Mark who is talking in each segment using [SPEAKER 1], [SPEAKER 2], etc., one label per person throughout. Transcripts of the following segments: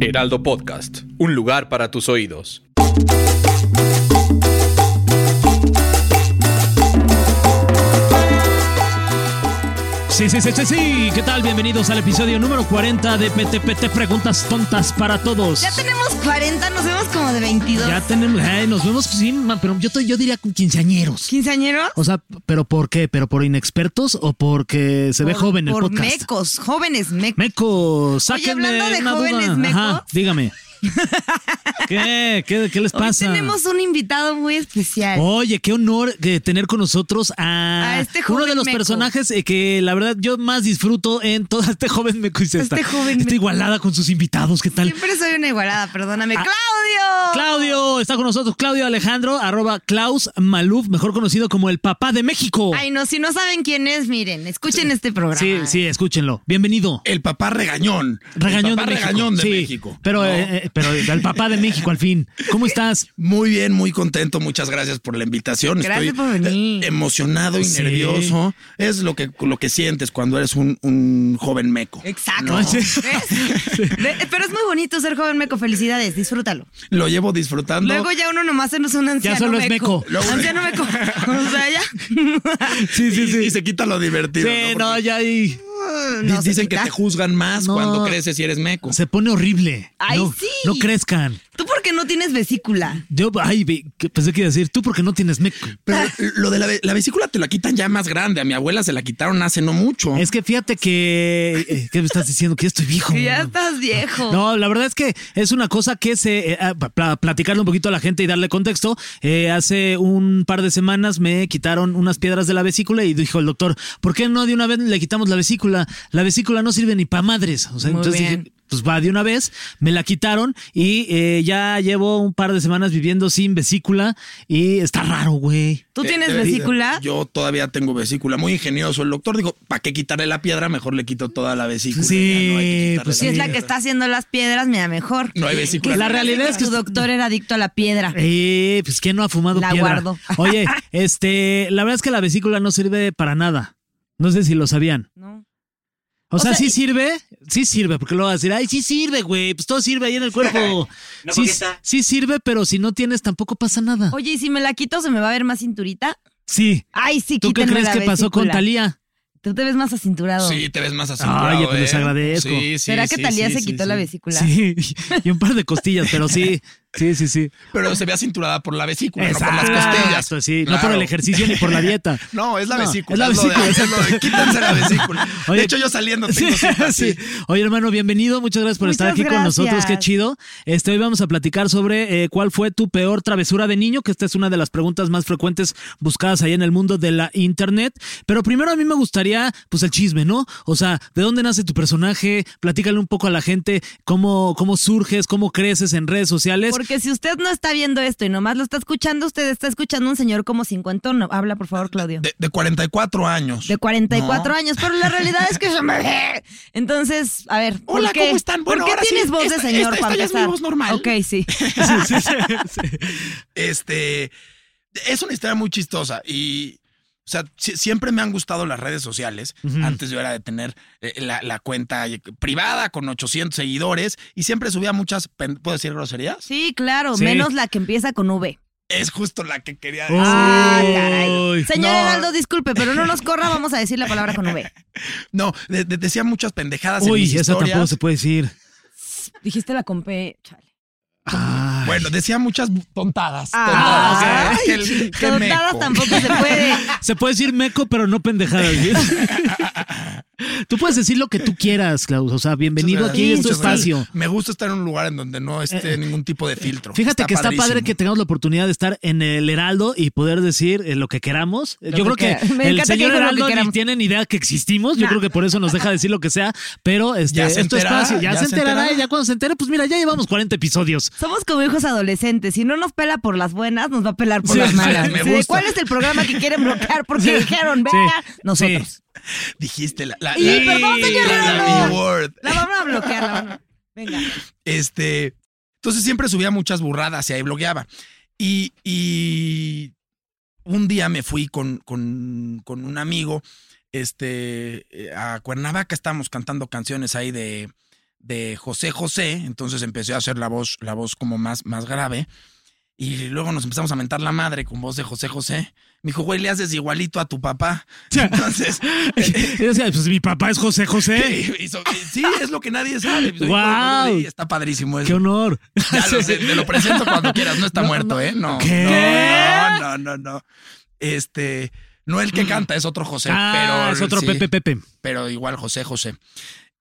[SPEAKER 1] Heraldo Podcast, un lugar para tus oídos.
[SPEAKER 2] Sí, sí, sí, sí, sí. ¿Qué tal? Bienvenidos al episodio número 40 de PTPT Preguntas Tontas para Todos.
[SPEAKER 3] Ya tenemos 40, nos vemos como de 22.
[SPEAKER 2] Ya tenemos, ay, nos vemos sin, ma- pero yo, te- yo diría con quinceañeros.
[SPEAKER 3] ¿Quinceañeros?
[SPEAKER 2] O sea, ¿pero por qué? ¿Pero por inexpertos o porque se ve
[SPEAKER 3] Por-
[SPEAKER 2] joven el
[SPEAKER 3] por
[SPEAKER 2] podcast?
[SPEAKER 3] mecos, jóvenes mecos.
[SPEAKER 2] Meco, sáquenme
[SPEAKER 3] hablando de
[SPEAKER 2] una
[SPEAKER 3] jóvenes
[SPEAKER 2] duda. Ajá,
[SPEAKER 3] mecos.
[SPEAKER 2] dígame. ¿Qué? ¿Qué, qué les
[SPEAKER 3] Hoy
[SPEAKER 2] pasa?
[SPEAKER 3] tenemos un invitado muy especial.
[SPEAKER 2] Oye, qué honor de tener con nosotros a,
[SPEAKER 3] A este
[SPEAKER 2] uno
[SPEAKER 3] joven
[SPEAKER 2] de los
[SPEAKER 3] meco.
[SPEAKER 2] personajes eh, que la verdad yo más disfruto en todo este joven meco y cesta.
[SPEAKER 3] Este joven
[SPEAKER 2] Esta
[SPEAKER 3] meco.
[SPEAKER 2] igualada con sus invitados, ¿qué tal?
[SPEAKER 3] Siempre soy una igualada, perdóname.
[SPEAKER 2] Ah.
[SPEAKER 3] ¡Claudio!
[SPEAKER 2] Claudio está con nosotros, Claudio Alejandro, arroba Klaus Maluf, mejor conocido como el papá de México.
[SPEAKER 3] Ay, no, si no saben quién es, miren, escuchen este programa.
[SPEAKER 2] sí, sí, escúchenlo. Bienvenido.
[SPEAKER 4] El papá regañón.
[SPEAKER 2] Regañón
[SPEAKER 4] el papá
[SPEAKER 2] de México.
[SPEAKER 4] regañón de
[SPEAKER 2] Sí,
[SPEAKER 4] México.
[SPEAKER 2] Pero,
[SPEAKER 4] ¿no?
[SPEAKER 2] eh, eh, pero el papá de México, al fin. ¿Cómo estás?
[SPEAKER 4] Muy bien, muy contento. Muchas gracias por la invitación.
[SPEAKER 3] Gracias
[SPEAKER 4] Estoy
[SPEAKER 3] por venir.
[SPEAKER 4] eh, emocionado y
[SPEAKER 2] Sí.
[SPEAKER 4] nervioso. Es lo que, lo que sientes cuando eres un, un joven meco.
[SPEAKER 3] Exacto.
[SPEAKER 4] No.
[SPEAKER 3] ¿Ves? Ve- Pero es muy bonito ser joven meco. Felicidades, disfrútalo.
[SPEAKER 4] Lo llevo disfrutando.
[SPEAKER 3] Luego ya uno nomás se nos un anciano
[SPEAKER 2] solo es
[SPEAKER 3] meco.
[SPEAKER 2] meco.
[SPEAKER 4] Luego-
[SPEAKER 3] Anciano meco. O sea, ya.
[SPEAKER 2] Sí,
[SPEAKER 4] y, y se quita lo
[SPEAKER 2] Sí,
[SPEAKER 4] divertido. ¿no?
[SPEAKER 2] no,
[SPEAKER 4] Porque
[SPEAKER 2] ya ahí.
[SPEAKER 4] di-
[SPEAKER 3] No, se
[SPEAKER 4] dicen que
[SPEAKER 3] quita.
[SPEAKER 4] te juzgan más
[SPEAKER 2] No.
[SPEAKER 4] cuando creces y eres meco.
[SPEAKER 2] Se pone horrible.
[SPEAKER 3] Ay,
[SPEAKER 2] no,
[SPEAKER 3] sí.
[SPEAKER 2] No crezcan.
[SPEAKER 3] Tú porque no tienes vesícula.
[SPEAKER 2] Yo, ay, ve- que pensé que iba a decir, tú porque no tienes meco.
[SPEAKER 4] Pero lo de la, ve- la vesícula te la quitan ya más grande. A mi abuela se la quitaron hace no mucho.
[SPEAKER 2] Es que fíjate que. eh, ¿Qué me estás diciendo? Que ya estoy viejo.
[SPEAKER 3] Que ya
[SPEAKER 2] mano.
[SPEAKER 3] estás viejo.
[SPEAKER 2] No, la verdad es que es una cosa que se. eh, ah, para platicarle un poquito a la gente y darle contexto. eh, hace un par de semanas me quitaron unas piedras de la vesícula y dijo el doctor, ¿por qué no de una vez le quitamos la vesícula? La vesícula no sirve ni para madres. O sea,
[SPEAKER 3] Muy
[SPEAKER 2] entonces
[SPEAKER 3] bien.
[SPEAKER 2] dije, pues va de una vez, me la quitaron y eh, ya llevo un par de semanas viviendo sin vesícula y está raro, güey.
[SPEAKER 3] ¿Tú tienes
[SPEAKER 4] Eh,
[SPEAKER 3] vesícula?
[SPEAKER 4] Yo todavía tengo vesícula. Muy ingenioso el doctor. Dijo, ¿para qué quitarle la piedra? Mejor le quito toda la vesícula.
[SPEAKER 2] Sí,
[SPEAKER 4] Ya no hay que quitarle
[SPEAKER 2] pues
[SPEAKER 4] la
[SPEAKER 3] Si es la
[SPEAKER 4] piedra.
[SPEAKER 3] que está haciendo las piedras, mira, mejor.
[SPEAKER 4] No hay vesícula.
[SPEAKER 2] La realidad es que-
[SPEAKER 3] tu doctor era adicto a la piedra.
[SPEAKER 2] Eh, pues ¿quién no ha fumado
[SPEAKER 3] La
[SPEAKER 2] piedra?
[SPEAKER 3] guardo.
[SPEAKER 2] Oye, este, la verdad es que la vesícula no sirve para nada. No sé si lo sabían.
[SPEAKER 3] ¿no?
[SPEAKER 2] O, sea,
[SPEAKER 3] sea,
[SPEAKER 2] sí
[SPEAKER 3] y-
[SPEAKER 2] sirve, sí sirve, porque lo vas a decir, ay, sí sirve, güey, pues todo sirve ahí en el cuerpo. sí, sí sirve, pero si no tienes tampoco pasa nada.
[SPEAKER 3] Oye, ¿y si me la quito se me va a ver más cinturita?
[SPEAKER 2] Sí.
[SPEAKER 3] Ay, sí,
[SPEAKER 2] ¿Tú qué
[SPEAKER 3] quítenme
[SPEAKER 2] crees
[SPEAKER 3] la
[SPEAKER 2] que pasó con
[SPEAKER 3] vesícula.
[SPEAKER 2] Talía?
[SPEAKER 3] Tú te ves más acinturado.
[SPEAKER 4] Sí, te ves más así. ¿eh?
[SPEAKER 2] Oye, pues les agradezco.
[SPEAKER 3] ¿Será que Talía se quitó la vesícula?
[SPEAKER 2] Sí, y un par de costillas, pero sí, sí, sí, sí.
[SPEAKER 4] Pero se ve acinturada por la vesícula, no por las
[SPEAKER 2] Exacto,
[SPEAKER 4] costillas.
[SPEAKER 2] sí, no por
[SPEAKER 4] Claro.
[SPEAKER 2] el ejercicio ni por la dieta.
[SPEAKER 4] No, es la
[SPEAKER 2] No,
[SPEAKER 4] vesícula.
[SPEAKER 2] es la
[SPEAKER 4] lo de-
[SPEAKER 2] vesícula,
[SPEAKER 4] es lo de-
[SPEAKER 2] exacto.
[SPEAKER 4] quítense la vesícula.
[SPEAKER 2] Oye,
[SPEAKER 4] de hecho, yo saliendo tengo
[SPEAKER 2] Sí,
[SPEAKER 4] citas así.
[SPEAKER 2] sí. Oye, hermano, bienvenido. Muchas gracias por estar
[SPEAKER 3] Muchas
[SPEAKER 2] aquí con nosotros. Qué
[SPEAKER 3] gracias.
[SPEAKER 2] chido. Este, hoy vamos a platicar sobre eh, cuál fue tu peor travesura de niño, que esta es una de las preguntas más frecuentes buscadas ahí en el mundo de la internet. Pero primero a mí me gustaría, pues, el chisme, ¿no? O sea, ¿de dónde nace tu personaje? Platícale un poco a la gente cómo, cómo surges, cómo creces en redes sociales.
[SPEAKER 3] Porque si usted no está viendo esto y nomás lo está escuchando, usted está escuchando un señor como cincuentón. No, Habla, por favor, Claudio.
[SPEAKER 4] De, de 44 años.
[SPEAKER 3] De 44
[SPEAKER 4] No.
[SPEAKER 3] años, pero la realidad es que yo me ve. Entonces, a ver, ¿por
[SPEAKER 4] Hola,
[SPEAKER 3] qué?
[SPEAKER 4] ¿cómo están?
[SPEAKER 3] ¿Por
[SPEAKER 4] Bueno,
[SPEAKER 3] qué
[SPEAKER 4] ahora sí,
[SPEAKER 3] tienes voz de
[SPEAKER 4] esta-
[SPEAKER 3] señor
[SPEAKER 4] esta- esta
[SPEAKER 3] para
[SPEAKER 4] ya es mi
[SPEAKER 3] empezar?
[SPEAKER 4] voz normal.
[SPEAKER 3] Ok, sí.
[SPEAKER 2] Sí, sí, sí, sí.
[SPEAKER 4] Este. Es una historia muy chistosa y. O sea, si- siempre me han gustado las redes sociales.
[SPEAKER 2] Ujú.
[SPEAKER 4] Antes yo era de tener eh, la, la cuenta eh, privada con 800 seguidores y siempre subía muchas. pen- ¿Puedo decir groserías?
[SPEAKER 3] Sí, claro,
[SPEAKER 2] Sí.
[SPEAKER 3] menos la que empieza con V.
[SPEAKER 4] Es justo la que quería
[SPEAKER 2] Oh.
[SPEAKER 4] decir.
[SPEAKER 3] Ah,
[SPEAKER 2] Uy.
[SPEAKER 3] caray. Señor
[SPEAKER 4] No.
[SPEAKER 3] Heraldo, disculpe, pero no nos corra, vamos a decir la palabra con V.
[SPEAKER 4] No, de- de- decía muchas pendejadas en mis
[SPEAKER 2] Uy, eso
[SPEAKER 4] historias.
[SPEAKER 2] tampoco se puede decir.
[SPEAKER 3] Dijiste la con P, chale.
[SPEAKER 2] Ah,
[SPEAKER 4] Bueno, decía muchas tontadas.
[SPEAKER 3] Ah, Ay,
[SPEAKER 4] tontadas. El- qué
[SPEAKER 3] Tontadas
[SPEAKER 4] meco.
[SPEAKER 3] tampoco se puede.
[SPEAKER 2] Se puede decir meco, pero no pendejadas. ¿sí? tú puedes decir lo que tú quieras, Klaus. O sea, bienvenido
[SPEAKER 4] Muchas
[SPEAKER 2] aquí, es tu
[SPEAKER 4] gracias, muchas
[SPEAKER 2] espacio. Eh,
[SPEAKER 4] gracias. Me gusta estar en un lugar en donde no esté ningún tipo de filtro.
[SPEAKER 2] Fíjate que está padre
[SPEAKER 4] padrísimo.
[SPEAKER 2] que tengamos la oportunidad de estar en el Heraldo y poder decir eh, lo que queramos. Yo creo que,
[SPEAKER 3] que quiera- me
[SPEAKER 2] el
[SPEAKER 3] encanta que
[SPEAKER 2] señor
[SPEAKER 3] dijo lo que
[SPEAKER 2] Heraldo ni
[SPEAKER 3] queramos.
[SPEAKER 2] tiene ni idea que existimos. Yo creo que por eso nos deja decir lo que sea. Pero este,
[SPEAKER 4] Ya se
[SPEAKER 2] esto es
[SPEAKER 4] enterará,
[SPEAKER 2] espacio. Ya, se enterará, y ya cuando se entere, pues mira, ya llevamos 40 episodios.
[SPEAKER 3] Somos como hijos adolescentes. Si no nos pela por las buenas, nos va a pelar por
[SPEAKER 4] Sí,
[SPEAKER 3] las
[SPEAKER 4] sí,
[SPEAKER 3] malas.
[SPEAKER 4] me
[SPEAKER 3] Así de,
[SPEAKER 4] gusta.
[SPEAKER 3] ¿Cuál es el programa que quieren bloquear? Porque dijeron,
[SPEAKER 2] Sí,
[SPEAKER 3] venga, nosotros.
[SPEAKER 2] sí.
[SPEAKER 4] Dijiste la. la,
[SPEAKER 3] Y,
[SPEAKER 4] la-
[SPEAKER 3] perdón, señor
[SPEAKER 4] la- la
[SPEAKER 3] Heraldo.
[SPEAKER 4] B-word.
[SPEAKER 3] La vamos a bloquear. la vamos a- Venga.
[SPEAKER 4] Este. Entonces siempre subía muchas burradas y ahí blogueaba. Y, y un día me fui con, con, con un amigo este, eh, a Cuernavaca. Estábamos cantando canciones ahí de, de José José. Entonces empecé a hacer la voz, la voz como más, más grave. Y luego nos empezamos a mentar la madre con voz de José José. Me dijo, güey, le haces igualito a tu papá. Entonces,
[SPEAKER 2] Y decía, pues mi papá es José José.
[SPEAKER 4] Sí, hizo- sí, es lo que nadie sabe.
[SPEAKER 2] Guau.
[SPEAKER 4] Sí, Está padrísimo
[SPEAKER 2] Qué
[SPEAKER 4] eso.
[SPEAKER 2] honor.
[SPEAKER 4] Ya lo sé, te lo presento cuando quieras. No está muerto, ¿eh? No.
[SPEAKER 2] ¿Qué?
[SPEAKER 4] No, no, no, no. Este, no el que canta, es otro José.
[SPEAKER 2] Mm. Ah,
[SPEAKER 4] pero
[SPEAKER 2] es otro
[SPEAKER 4] sí,
[SPEAKER 2] Pepe Pepe.
[SPEAKER 4] Pero igual José José.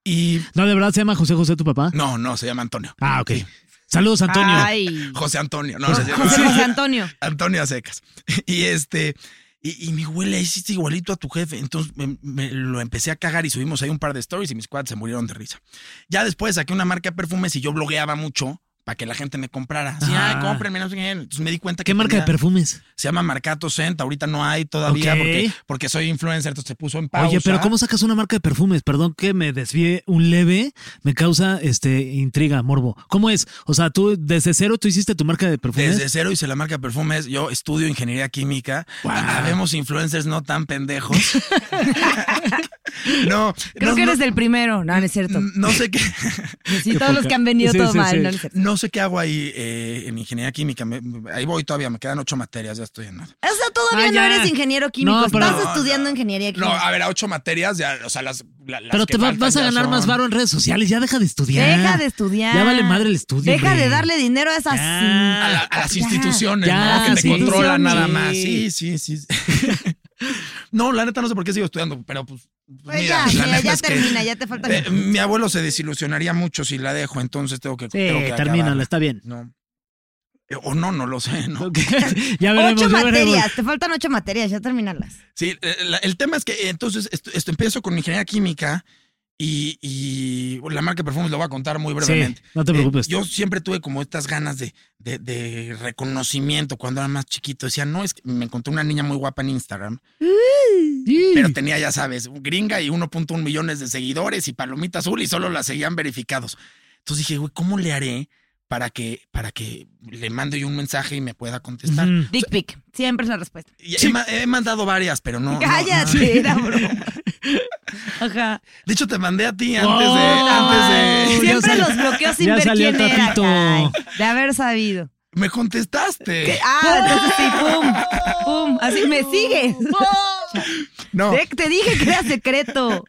[SPEAKER 4] Y
[SPEAKER 2] No, de verdad se llama José José tu papá.
[SPEAKER 4] no, no, se llama Antonio.
[SPEAKER 2] Ah, ok. Saludos, Antonio.
[SPEAKER 3] Ay.
[SPEAKER 4] José Antonio. No, se llama
[SPEAKER 3] José José Antonio.
[SPEAKER 4] Antonio a secas. Y este. Y, y mi güey le hiciste igualito a tu jefe. Entonces me, me lo empecé a cagar y subimos ahí un par de stories y mis cuates se murieron de risa. Ya después saqué una marca de perfumes y yo blogueaba mucho para que la gente me comprara. Así,
[SPEAKER 2] Ah.
[SPEAKER 4] ay, cómprenme, no sé qué. Entonces me di cuenta que.
[SPEAKER 2] ¿Qué marca de
[SPEAKER 4] tenía-
[SPEAKER 2] perfumes?
[SPEAKER 4] Se llama Marcato Cent. Ahorita no hay todavía
[SPEAKER 2] Ok.
[SPEAKER 4] porque, porque soy influencer, entonces se puso en pausa.
[SPEAKER 2] Oye, pero ¿cómo sacas una marca de perfumes? Perdón que me desvíe un leve, me causa este intriga, morbo. ¿Cómo es? O sea, tú desde cero tú hiciste tu marca de perfumes.
[SPEAKER 4] Desde cero hice la marca de perfumes. Yo estudio ingeniería química.
[SPEAKER 2] Guau.
[SPEAKER 4] Habemos influencers no tan pendejos.
[SPEAKER 3] Creo
[SPEAKER 4] no. no,
[SPEAKER 3] que
[SPEAKER 4] no- Mm.
[SPEAKER 3] eres el primero. No, no es cierto.
[SPEAKER 4] no sé qué.
[SPEAKER 3] Sí, todos los que han venido
[SPEAKER 2] Sí,
[SPEAKER 3] todo
[SPEAKER 2] sí,
[SPEAKER 3] mal.
[SPEAKER 2] sí.
[SPEAKER 3] No, no es cierto.
[SPEAKER 4] No sé qué hago ahí eh, en ingeniería química. Me- me- ahí voy todavía, me quedan ocho materias, ya estoy en nada.
[SPEAKER 3] O sea, todavía
[SPEAKER 2] Ah,
[SPEAKER 3] no ah,
[SPEAKER 2] ya.
[SPEAKER 3] eres ingeniero químico.
[SPEAKER 2] No, pero-
[SPEAKER 3] Estás
[SPEAKER 4] No,
[SPEAKER 3] estudiando
[SPEAKER 4] no.
[SPEAKER 3] ingeniería
[SPEAKER 4] No,
[SPEAKER 3] química.
[SPEAKER 4] a ver, a ocho materias, ya, o sea, las. la- las
[SPEAKER 2] pero
[SPEAKER 4] que
[SPEAKER 2] te va-
[SPEAKER 4] faltan
[SPEAKER 2] vas a
[SPEAKER 4] ya
[SPEAKER 2] ganar
[SPEAKER 4] son-
[SPEAKER 2] más varo en redes sociales, ya deja de estudiar.
[SPEAKER 3] Deja de estudiar.
[SPEAKER 2] Ya vale madre el estudio.
[SPEAKER 3] Deja
[SPEAKER 2] hombre.
[SPEAKER 3] de darle dinero a esas.
[SPEAKER 2] Ya.
[SPEAKER 4] A, la- a las
[SPEAKER 3] Ya.
[SPEAKER 4] instituciones,
[SPEAKER 2] Ya,
[SPEAKER 4] ¿no? Que te
[SPEAKER 2] sí.
[SPEAKER 4] controlan nada
[SPEAKER 2] Sí.
[SPEAKER 4] más. Sí, sí, sí. no, la neta no sé por qué sigo estudiando, pero pues.
[SPEAKER 3] Pues ya,
[SPEAKER 4] mira, la
[SPEAKER 3] mira,
[SPEAKER 4] neta
[SPEAKER 3] ya
[SPEAKER 4] es que,
[SPEAKER 3] termina, ya te falta.
[SPEAKER 4] eh, mi abuelo se desilusionaría mucho si la dejo, entonces tengo que.
[SPEAKER 2] Sí,
[SPEAKER 4] tengo que
[SPEAKER 2] termínala,
[SPEAKER 4] acabarla.
[SPEAKER 2] está bien.
[SPEAKER 4] No. Eh, O no, no lo sé, ¿no?
[SPEAKER 2] Ok, ya veremos,
[SPEAKER 3] Ocho
[SPEAKER 2] ya veremos.
[SPEAKER 3] materias, te faltan ocho materias, ya terminarlas.
[SPEAKER 4] Sí, eh, la- el tema es que eh, entonces esto, esto empiezo con ingeniería química y, y, bueno, la marca de perfumes lo voy a contar muy brevemente.
[SPEAKER 2] no te
[SPEAKER 4] Eh,
[SPEAKER 2] preocupes.
[SPEAKER 4] yo siempre tuve como estas ganas de, de, de reconocimiento cuando era más chiquito. Decía, no, es que me encontré una niña muy guapa en Instagram,
[SPEAKER 2] Sí.
[SPEAKER 4] pero tenía, ya sabes, gringa y 1.1 millones de seguidores y palomita azul y solo la seguían verificados. Entonces dije, güey, ¿cómo le haré para que, para que le mande yo un mensaje y me pueda contestar?
[SPEAKER 2] Ujú.
[SPEAKER 3] Dick pic, siempre es la respuesta.
[SPEAKER 4] Y he ma- he, mandado varias, pero no. no- no-
[SPEAKER 3] Cállate, era broma. Ajá.
[SPEAKER 4] De hecho, te mandé a ti
[SPEAKER 2] Oh,
[SPEAKER 4] antes de. Antes de...
[SPEAKER 2] ya
[SPEAKER 3] Siempre
[SPEAKER 2] sal-
[SPEAKER 3] los bloqueó sin
[SPEAKER 2] ya
[SPEAKER 3] ver
[SPEAKER 2] salió el
[SPEAKER 3] quién era.
[SPEAKER 2] trapito.
[SPEAKER 3] caray, de haber sabido.
[SPEAKER 4] Me contestaste.
[SPEAKER 3] Ah, entonces sí, pum, pum. Así me sigues.
[SPEAKER 4] No.
[SPEAKER 3] Te, te dije que era secreto.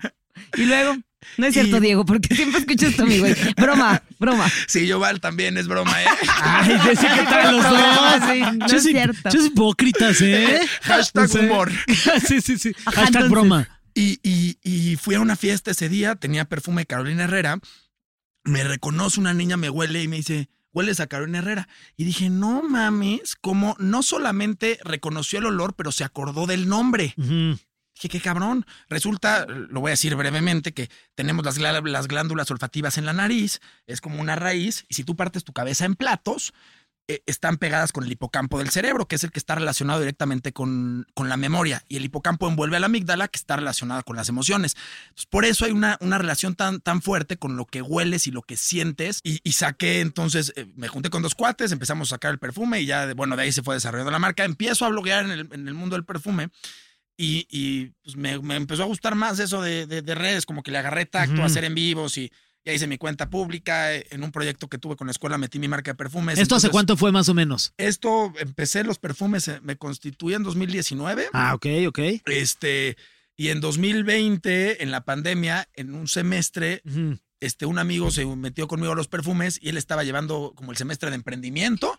[SPEAKER 3] Y luego, no es cierto,
[SPEAKER 4] Y-
[SPEAKER 3] Diego, porque siempre escucho esto, mi güey. Broma, broma.
[SPEAKER 4] Sí, yo Val también es broma, ¿eh?
[SPEAKER 2] Ay, ya sé que están los dos.
[SPEAKER 3] Sí, no
[SPEAKER 2] Chos
[SPEAKER 3] es
[SPEAKER 2] hip-
[SPEAKER 3] cierto.
[SPEAKER 2] chos hipócritas, ¿eh?
[SPEAKER 4] Hashtag
[SPEAKER 2] No sé.
[SPEAKER 4] humor.
[SPEAKER 2] sí, sí, sí.
[SPEAKER 3] Ajá,
[SPEAKER 2] Hashtag
[SPEAKER 3] entonces.
[SPEAKER 2] broma.
[SPEAKER 4] Y, y- y fui a una fiesta ese día, tenía perfume de Carolina Herrera. Me reconoce una niña, me huele y me dice, ¿hueles a Carolina Herrera? Y dije, no mames, como no solamente reconoció el olor, pero se acordó del nombre.
[SPEAKER 2] Ujú.
[SPEAKER 4] Dije, qué cabrón. Resulta, lo voy a decir brevemente, que tenemos las, glá- las glándulas olfativas en la nariz, es como una raíz, y si tú partes tu cabeza en platos, eh, están pegadas con el hipocampo del cerebro, que es el que está relacionado directamente con, con la memoria, y el hipocampo envuelve a la amígdala, que está relacionada con las emociones. Entonces, por eso hay una, una relación tan, tan fuerte con lo que hueles y lo que sientes, y, y saqué entonces, eh, me junté con dos cuates, empezamos a sacar el perfume, y ya, de- bueno, de ahí se fue desarrollando la marca, empiezo a bloguear en el- en el mundo del perfume. Y, y, pues, me, me empezó a gustar más eso de, de- de redes, como que le agarré tacto
[SPEAKER 2] Ujú.
[SPEAKER 4] a hacer en vivos y ya hice mi cuenta pública. eh, En un proyecto que tuve con la escuela metí mi marca de perfumes.
[SPEAKER 2] ¿Esto hace
[SPEAKER 4] Entonces,
[SPEAKER 2] cuánto fue más o menos?
[SPEAKER 4] Esto empecé los perfumes, eh, me constituí en 2019.
[SPEAKER 2] Ah, ok, ok.
[SPEAKER 4] Este, y en 2020, en la pandemia, en un semestre,
[SPEAKER 2] Ujú.
[SPEAKER 4] este, un amigo se metió conmigo a los perfumes y él estaba llevando como el semestre de emprendimiento.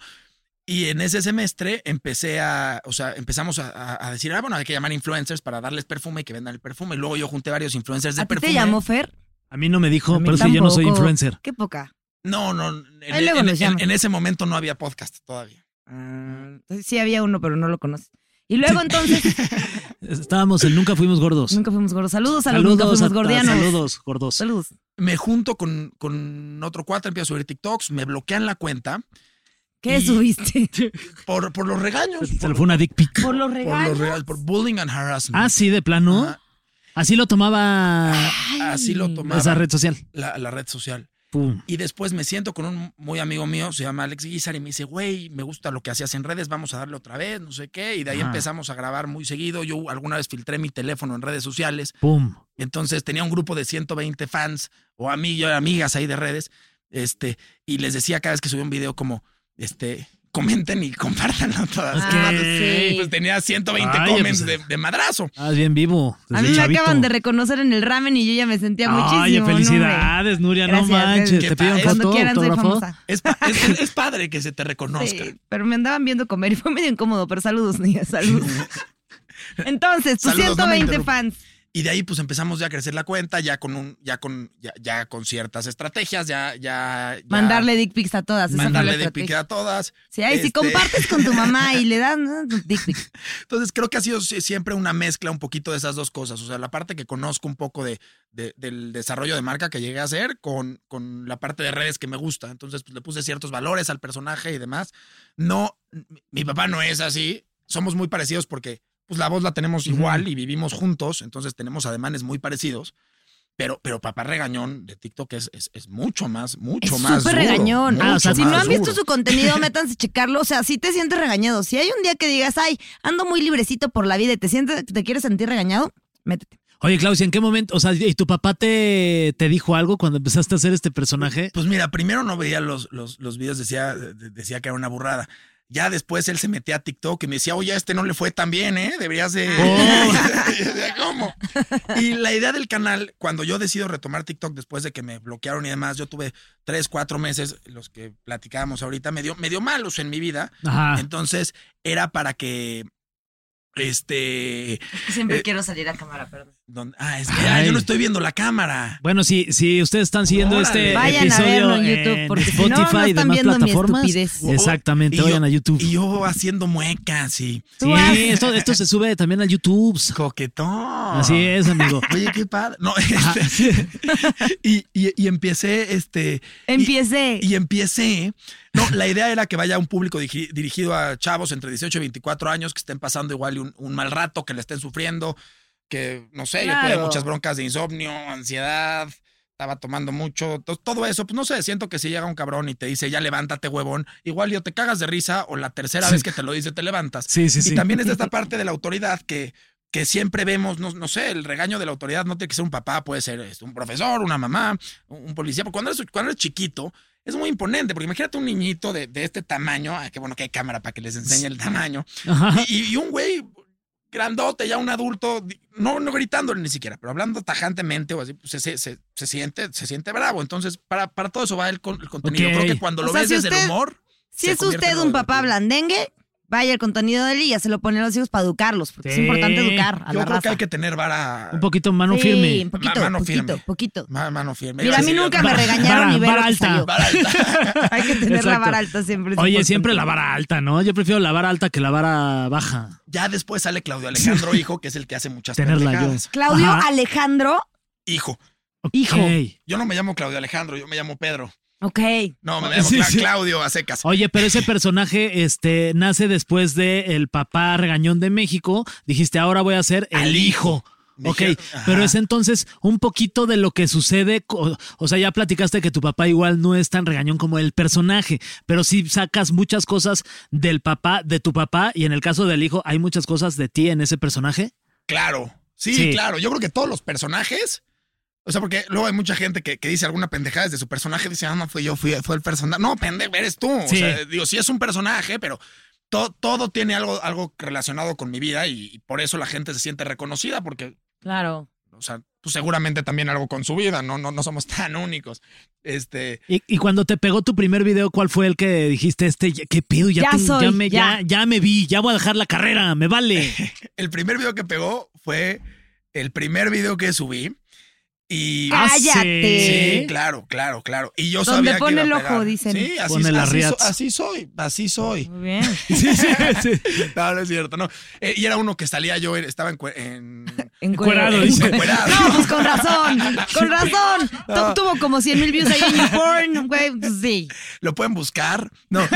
[SPEAKER 4] Y en ese semestre empecé a, o sea, empezamos a- a, a decir, ah, bueno, hay que llamar influencers para darles perfume y que vendan el perfume. Y luego yo junté varios influencers de
[SPEAKER 3] ¿A ti
[SPEAKER 4] perfume.
[SPEAKER 3] te llamó Fer?
[SPEAKER 2] A mí no me dijo,
[SPEAKER 3] A mí
[SPEAKER 2] pero sí, yo no soy
[SPEAKER 3] tampoco.
[SPEAKER 2] influencer.
[SPEAKER 3] Qué poca.
[SPEAKER 4] No, no, en,
[SPEAKER 3] Ahí luego
[SPEAKER 4] en-
[SPEAKER 3] nos llamas.
[SPEAKER 4] en- en ese momento no había podcast todavía.
[SPEAKER 3] Entonces, Ah, sí había uno, pero no lo conoces. Y luego entonces, pues,
[SPEAKER 2] Estábamos en Nunca Fuimos Gordos.
[SPEAKER 3] nunca fuimos gordos. Saludos a los nunca
[SPEAKER 2] a-
[SPEAKER 3] fuimos
[SPEAKER 2] a-
[SPEAKER 3] gordianos.
[SPEAKER 2] Saludos, gordos.
[SPEAKER 3] Saludos.
[SPEAKER 4] Me junto con, con otro cuatro, empiezo a subir TikToks, me bloquean la cuenta
[SPEAKER 3] ¿Qué
[SPEAKER 4] Y-
[SPEAKER 3] subiste?
[SPEAKER 4] por, por los regaños.
[SPEAKER 2] Se
[SPEAKER 4] por-
[SPEAKER 2] le fue una dick pic.
[SPEAKER 3] Por los
[SPEAKER 4] Por
[SPEAKER 3] regalos.
[SPEAKER 4] los regalos, por bullying and harassment.
[SPEAKER 2] Ah, sí, de plano.
[SPEAKER 4] Ajá,
[SPEAKER 2] Así lo tomaba
[SPEAKER 4] así lo tomaba
[SPEAKER 2] esa red social.
[SPEAKER 4] la, la red social.
[SPEAKER 2] Pum.
[SPEAKER 4] Y después me siento con un muy amigo mío, se llama Alex Guizar, y me dice, güey, me gusta lo que hacías en redes, vamos a darle otra vez, no sé qué. Y de ahí
[SPEAKER 2] Ajá.
[SPEAKER 4] empezamos a grabar muy seguido. Yo alguna vez filtré mi teléfono en redes sociales.
[SPEAKER 2] Pum.
[SPEAKER 4] Entonces tenía un grupo de 120 fans o amigos, amigas ahí de redes, este, y les decía cada vez que subía un video como, este, comenten y compártanlo todas.
[SPEAKER 3] Ah,
[SPEAKER 4] todas.
[SPEAKER 3] sí. eh.
[SPEAKER 4] Pues tenía 120
[SPEAKER 2] Ay,
[SPEAKER 4] comments
[SPEAKER 2] pues,
[SPEAKER 4] de, de madrazo.
[SPEAKER 2] Ah, es bien vivo.
[SPEAKER 3] A mí me acaban de reconocer en el ramen y yo ya me sentía muchísimo.
[SPEAKER 2] Oye,
[SPEAKER 3] no, hombre.
[SPEAKER 2] felicidades, Nuria. no
[SPEAKER 3] Gracias,
[SPEAKER 2] manches.
[SPEAKER 4] ¿qué
[SPEAKER 2] Te piden
[SPEAKER 4] tal?
[SPEAKER 3] Cuando
[SPEAKER 2] foto,
[SPEAKER 3] quieran, soy
[SPEAKER 2] autógrafo.
[SPEAKER 3] famosa.
[SPEAKER 4] Es, pa- es- es padre que se te reconozca.
[SPEAKER 3] Sí, pero me andaban viendo comer y fue medio incómodo, pero saludos, niña, saludos. Entonces, tus
[SPEAKER 4] Saludos, no me
[SPEAKER 3] 120
[SPEAKER 4] interrumpa.
[SPEAKER 3] fans.
[SPEAKER 4] Y de ahí pues empezamos ya a crecer la cuenta, ya con un, ya con, ya, ya con ciertas estrategias, ya, ya, ya-
[SPEAKER 3] Mandarle dick pics a todas. esa fue la
[SPEAKER 4] mandarle de
[SPEAKER 3] estrategia.
[SPEAKER 4] pique a todas.
[SPEAKER 3] Sí, ay, si
[SPEAKER 4] Este-
[SPEAKER 3] compartes con tu mamá y le das ¿no? dick pics.
[SPEAKER 4] Entonces creo que ha sido si- siempre una mezcla un poquito de esas dos cosas. O sea, la parte que conozco un poco de, de- del desarrollo de marca que llegué a hacer con, con la parte de redes que me gusta. Entonces pues, le puse ciertos valores al personaje y demás. No, m- mi papá no es así. Somos muy parecidos porque pues, la voz la tenemos igual y vivimos juntos. Entonces tenemos ademanes muy parecidos. Pero, pero papá regañón de TikTok es, es, es mucho más, mucho
[SPEAKER 3] Es
[SPEAKER 4] más.
[SPEAKER 3] súper
[SPEAKER 4] duro,
[SPEAKER 3] regañón.
[SPEAKER 2] Ah, o sea,
[SPEAKER 4] mucho
[SPEAKER 3] si no
[SPEAKER 4] más
[SPEAKER 3] han visto
[SPEAKER 4] duro.
[SPEAKER 3] su contenido, métanse a checarlo. O sea, si te sientes regañado. Si hay un día que digas, ay, ando muy librecito por la vida y te sientes, te quieres sentir regañado, métete.
[SPEAKER 2] Oye, Claudia, ¿en qué momento? O sea, ¿y tu papá te, te dijo algo cuando empezaste a hacer este personaje?
[SPEAKER 4] Pues mira, primero no veía los, los, los videos, decía, de- decía que era una burrada. Ya después él se metía a TikTok y me decía, oye, a este no le fue tan bien, ¿eh? Deberías de...
[SPEAKER 2] Oh.
[SPEAKER 4] Y yo decía, ¿Cómo? Y la idea del canal, cuando yo decido retomar TikTok después de que me bloquearon y demás, yo tuve tres, cuatro meses, los que platicábamos ahorita, me dio, me dio malos en mi vida.
[SPEAKER 2] Ajá.
[SPEAKER 4] Entonces era para que... Este...
[SPEAKER 3] Siempre quiero salir a cámara, perdón.
[SPEAKER 4] don- ah, es que ah, yo no estoy viendo la cámara.
[SPEAKER 2] Bueno, si, si ustedes están siguiendo
[SPEAKER 4] Órale.
[SPEAKER 2] este
[SPEAKER 3] Vayan a
[SPEAKER 2] episodio
[SPEAKER 3] verlo en YouTube, porque si no,
[SPEAKER 2] Spotify
[SPEAKER 3] no
[SPEAKER 2] y
[SPEAKER 3] están
[SPEAKER 2] demás
[SPEAKER 3] viendo mi
[SPEAKER 2] plataformas,
[SPEAKER 3] estupidez.
[SPEAKER 2] exactamente,
[SPEAKER 4] Y yo-
[SPEAKER 2] vayan a YouTube.
[SPEAKER 4] Y yo haciendo muecas y...
[SPEAKER 2] sí, esto, esto se sube también a YouTube.
[SPEAKER 4] Coquetón.
[SPEAKER 2] Así es, amigo. Ah,
[SPEAKER 4] Oye, qué padre. No, este, y, y- y empecé, este. y-
[SPEAKER 3] Empiece.
[SPEAKER 4] Y, empecé. No, la idea era que vaya un público digi- dirigido a chavos entre 18 y 24 años que estén pasando igual y un, un mal rato, que le estén sufriendo, que no sé, yo
[SPEAKER 3] Claro.
[SPEAKER 4] tuve muchas broncas de insomnio, ansiedad. Estaba tomando mucho, to- todo eso, pues no sé, siento que si llega un cabrón y te dice, ya levántate, huevón, igual yo te cagas de risa o la tercera
[SPEAKER 2] Sí.
[SPEAKER 4] vez que te lo dice, te levantas.
[SPEAKER 2] Sí, sí,
[SPEAKER 4] Y
[SPEAKER 2] sí.
[SPEAKER 4] también es de esta parte de la autoridad que, que siempre vemos, no, no sé, el regaño de la autoridad no tiene que ser un papá, puede ser este, un profesor, una mamá, un un policía. Porque cuando eres, cuando eres chiquito, es muy imponente, porque imagínate un niñito de, de este tamaño, ah, qué bueno que hay cámara para que les enseñe el tamaño,
[SPEAKER 2] Ajá.
[SPEAKER 4] y, y un güey grandote, ya un adulto, di- no, no gritándole ni siquiera, pero hablando tajantemente o así, pues, se, se- se- se siente, se siente bravo. Entonces, para, para todo eso va el, con- el contenido.
[SPEAKER 2] Ok.
[SPEAKER 4] Creo que cuando
[SPEAKER 3] O
[SPEAKER 4] lo
[SPEAKER 3] sea,
[SPEAKER 4] ves
[SPEAKER 3] si
[SPEAKER 4] desde
[SPEAKER 3] usted-
[SPEAKER 4] el humor...
[SPEAKER 3] Si
[SPEAKER 4] se
[SPEAKER 3] es
[SPEAKER 4] convierte
[SPEAKER 3] usted
[SPEAKER 4] en
[SPEAKER 3] un
[SPEAKER 4] algo
[SPEAKER 3] papá
[SPEAKER 4] divertido.
[SPEAKER 3] blandengue, vaya el contenido de él y ya se lo pone a los hijos para educarlos, porque es
[SPEAKER 2] Sí.
[SPEAKER 3] importante educar a
[SPEAKER 4] Yo
[SPEAKER 3] la
[SPEAKER 4] creo que
[SPEAKER 3] raza.
[SPEAKER 4] hay que tener vara...
[SPEAKER 2] Un poquito mano
[SPEAKER 3] Sí,
[SPEAKER 2] firme.
[SPEAKER 3] un poquito,
[SPEAKER 4] Ma- mano
[SPEAKER 3] poquito,
[SPEAKER 4] firme.
[SPEAKER 3] poquito.
[SPEAKER 4] Ma- Mano firme.
[SPEAKER 3] Mira, a mí
[SPEAKER 4] Sí,
[SPEAKER 3] nunca
[SPEAKER 4] yo-
[SPEAKER 3] me regañaron
[SPEAKER 2] vara-
[SPEAKER 3] y ver lo
[SPEAKER 2] vara
[SPEAKER 3] que
[SPEAKER 2] alta.
[SPEAKER 3] salió.
[SPEAKER 4] Vara alta.
[SPEAKER 3] Hay que tener la
[SPEAKER 2] Exacto.
[SPEAKER 3] vara alta siempre. es
[SPEAKER 2] Oye,
[SPEAKER 3] importante.
[SPEAKER 2] siempre la vara alta, ¿no? Yo prefiero la vara alta que la vara baja.
[SPEAKER 4] Ya después sale Claudio Alejandro, hijo, que es el que hace muchas
[SPEAKER 2] Tenerla yo.
[SPEAKER 4] pendejadas.
[SPEAKER 3] Claudio
[SPEAKER 2] Ajá.
[SPEAKER 3] Alejandro,
[SPEAKER 4] Hijo.
[SPEAKER 3] hijo.
[SPEAKER 2] Ok.
[SPEAKER 4] Yo no me llamo Claudio Alejandro, yo me llamo Pedro.
[SPEAKER 3] Ok.
[SPEAKER 4] No, me llamo
[SPEAKER 2] Ah, Sí,
[SPEAKER 4] Cla-
[SPEAKER 2] sí.
[SPEAKER 4] Claudio a secas.
[SPEAKER 2] Oye, pero ese personaje este, nace después de El papá regañón de México. Dijiste, ahora voy a ser el
[SPEAKER 4] Al
[SPEAKER 2] hijo.
[SPEAKER 4] hijo.
[SPEAKER 2] Ok,
[SPEAKER 4] Dije- Ajá.
[SPEAKER 2] pero es entonces un poquito de lo que sucede. co- O sea, ya platicaste que tu papá igual no es tan regañón como el personaje, pero sí sacas muchas cosas del papá, de tu papá, y en el caso del hijo, hay muchas cosas de ti en ese personaje.
[SPEAKER 4] Claro. Sí,
[SPEAKER 2] Sí.
[SPEAKER 4] claro. Yo creo que todos los personajes. O sea, porque luego hay mucha gente que, que dice alguna pendejada desde su personaje, dice, ah, no fui yo, fui, fue el personaje. No, pendejo, eres tú. O
[SPEAKER 2] Sí.
[SPEAKER 4] sea, digo, sí es un personaje, pero to- todo tiene algo, algo relacionado con mi vida y, y por eso la gente se siente reconocida, porque,
[SPEAKER 3] Claro.
[SPEAKER 4] o sea, pues seguramente también algo con su vida, no, no, no somos tan únicos. Este,
[SPEAKER 2] Y, y cuando te pegó tu primer video, ¿cuál fue el que dijiste este? ya- ¿Qué pedo? Ya,
[SPEAKER 3] Ya
[SPEAKER 2] tengo-
[SPEAKER 3] soy,
[SPEAKER 2] ya me, ya.
[SPEAKER 3] ya.
[SPEAKER 2] ya me vi, ya voy a dejar la carrera, me vale.
[SPEAKER 4] el primer video que pegó fue el primer video que subí y...
[SPEAKER 2] Ah, sí.
[SPEAKER 3] ¡Cállate!
[SPEAKER 4] Sí,
[SPEAKER 2] Ah,
[SPEAKER 4] claro, claro, claro. Y yo
[SPEAKER 3] Donde
[SPEAKER 4] sabía que
[SPEAKER 3] pone
[SPEAKER 4] iba a
[SPEAKER 3] el ojo,
[SPEAKER 4] pegar.
[SPEAKER 3] dicen.
[SPEAKER 4] Sí, así,
[SPEAKER 2] Pone la
[SPEAKER 4] así, so-
[SPEAKER 2] riata.
[SPEAKER 4] así soy, así soy.
[SPEAKER 3] Muy bien.
[SPEAKER 2] Sí, sí, sí.
[SPEAKER 4] No, no es cierto, no. Eh, y era uno que salía yo, era- estaba en... cue- en-
[SPEAKER 2] Encuerado, dice.
[SPEAKER 4] encuerado.
[SPEAKER 3] No, pues con razón, con razón. Top tuvo como 100 mil views ahí en YouPorn, güey. pues sí.
[SPEAKER 4] Lo pueden buscar. No, eh,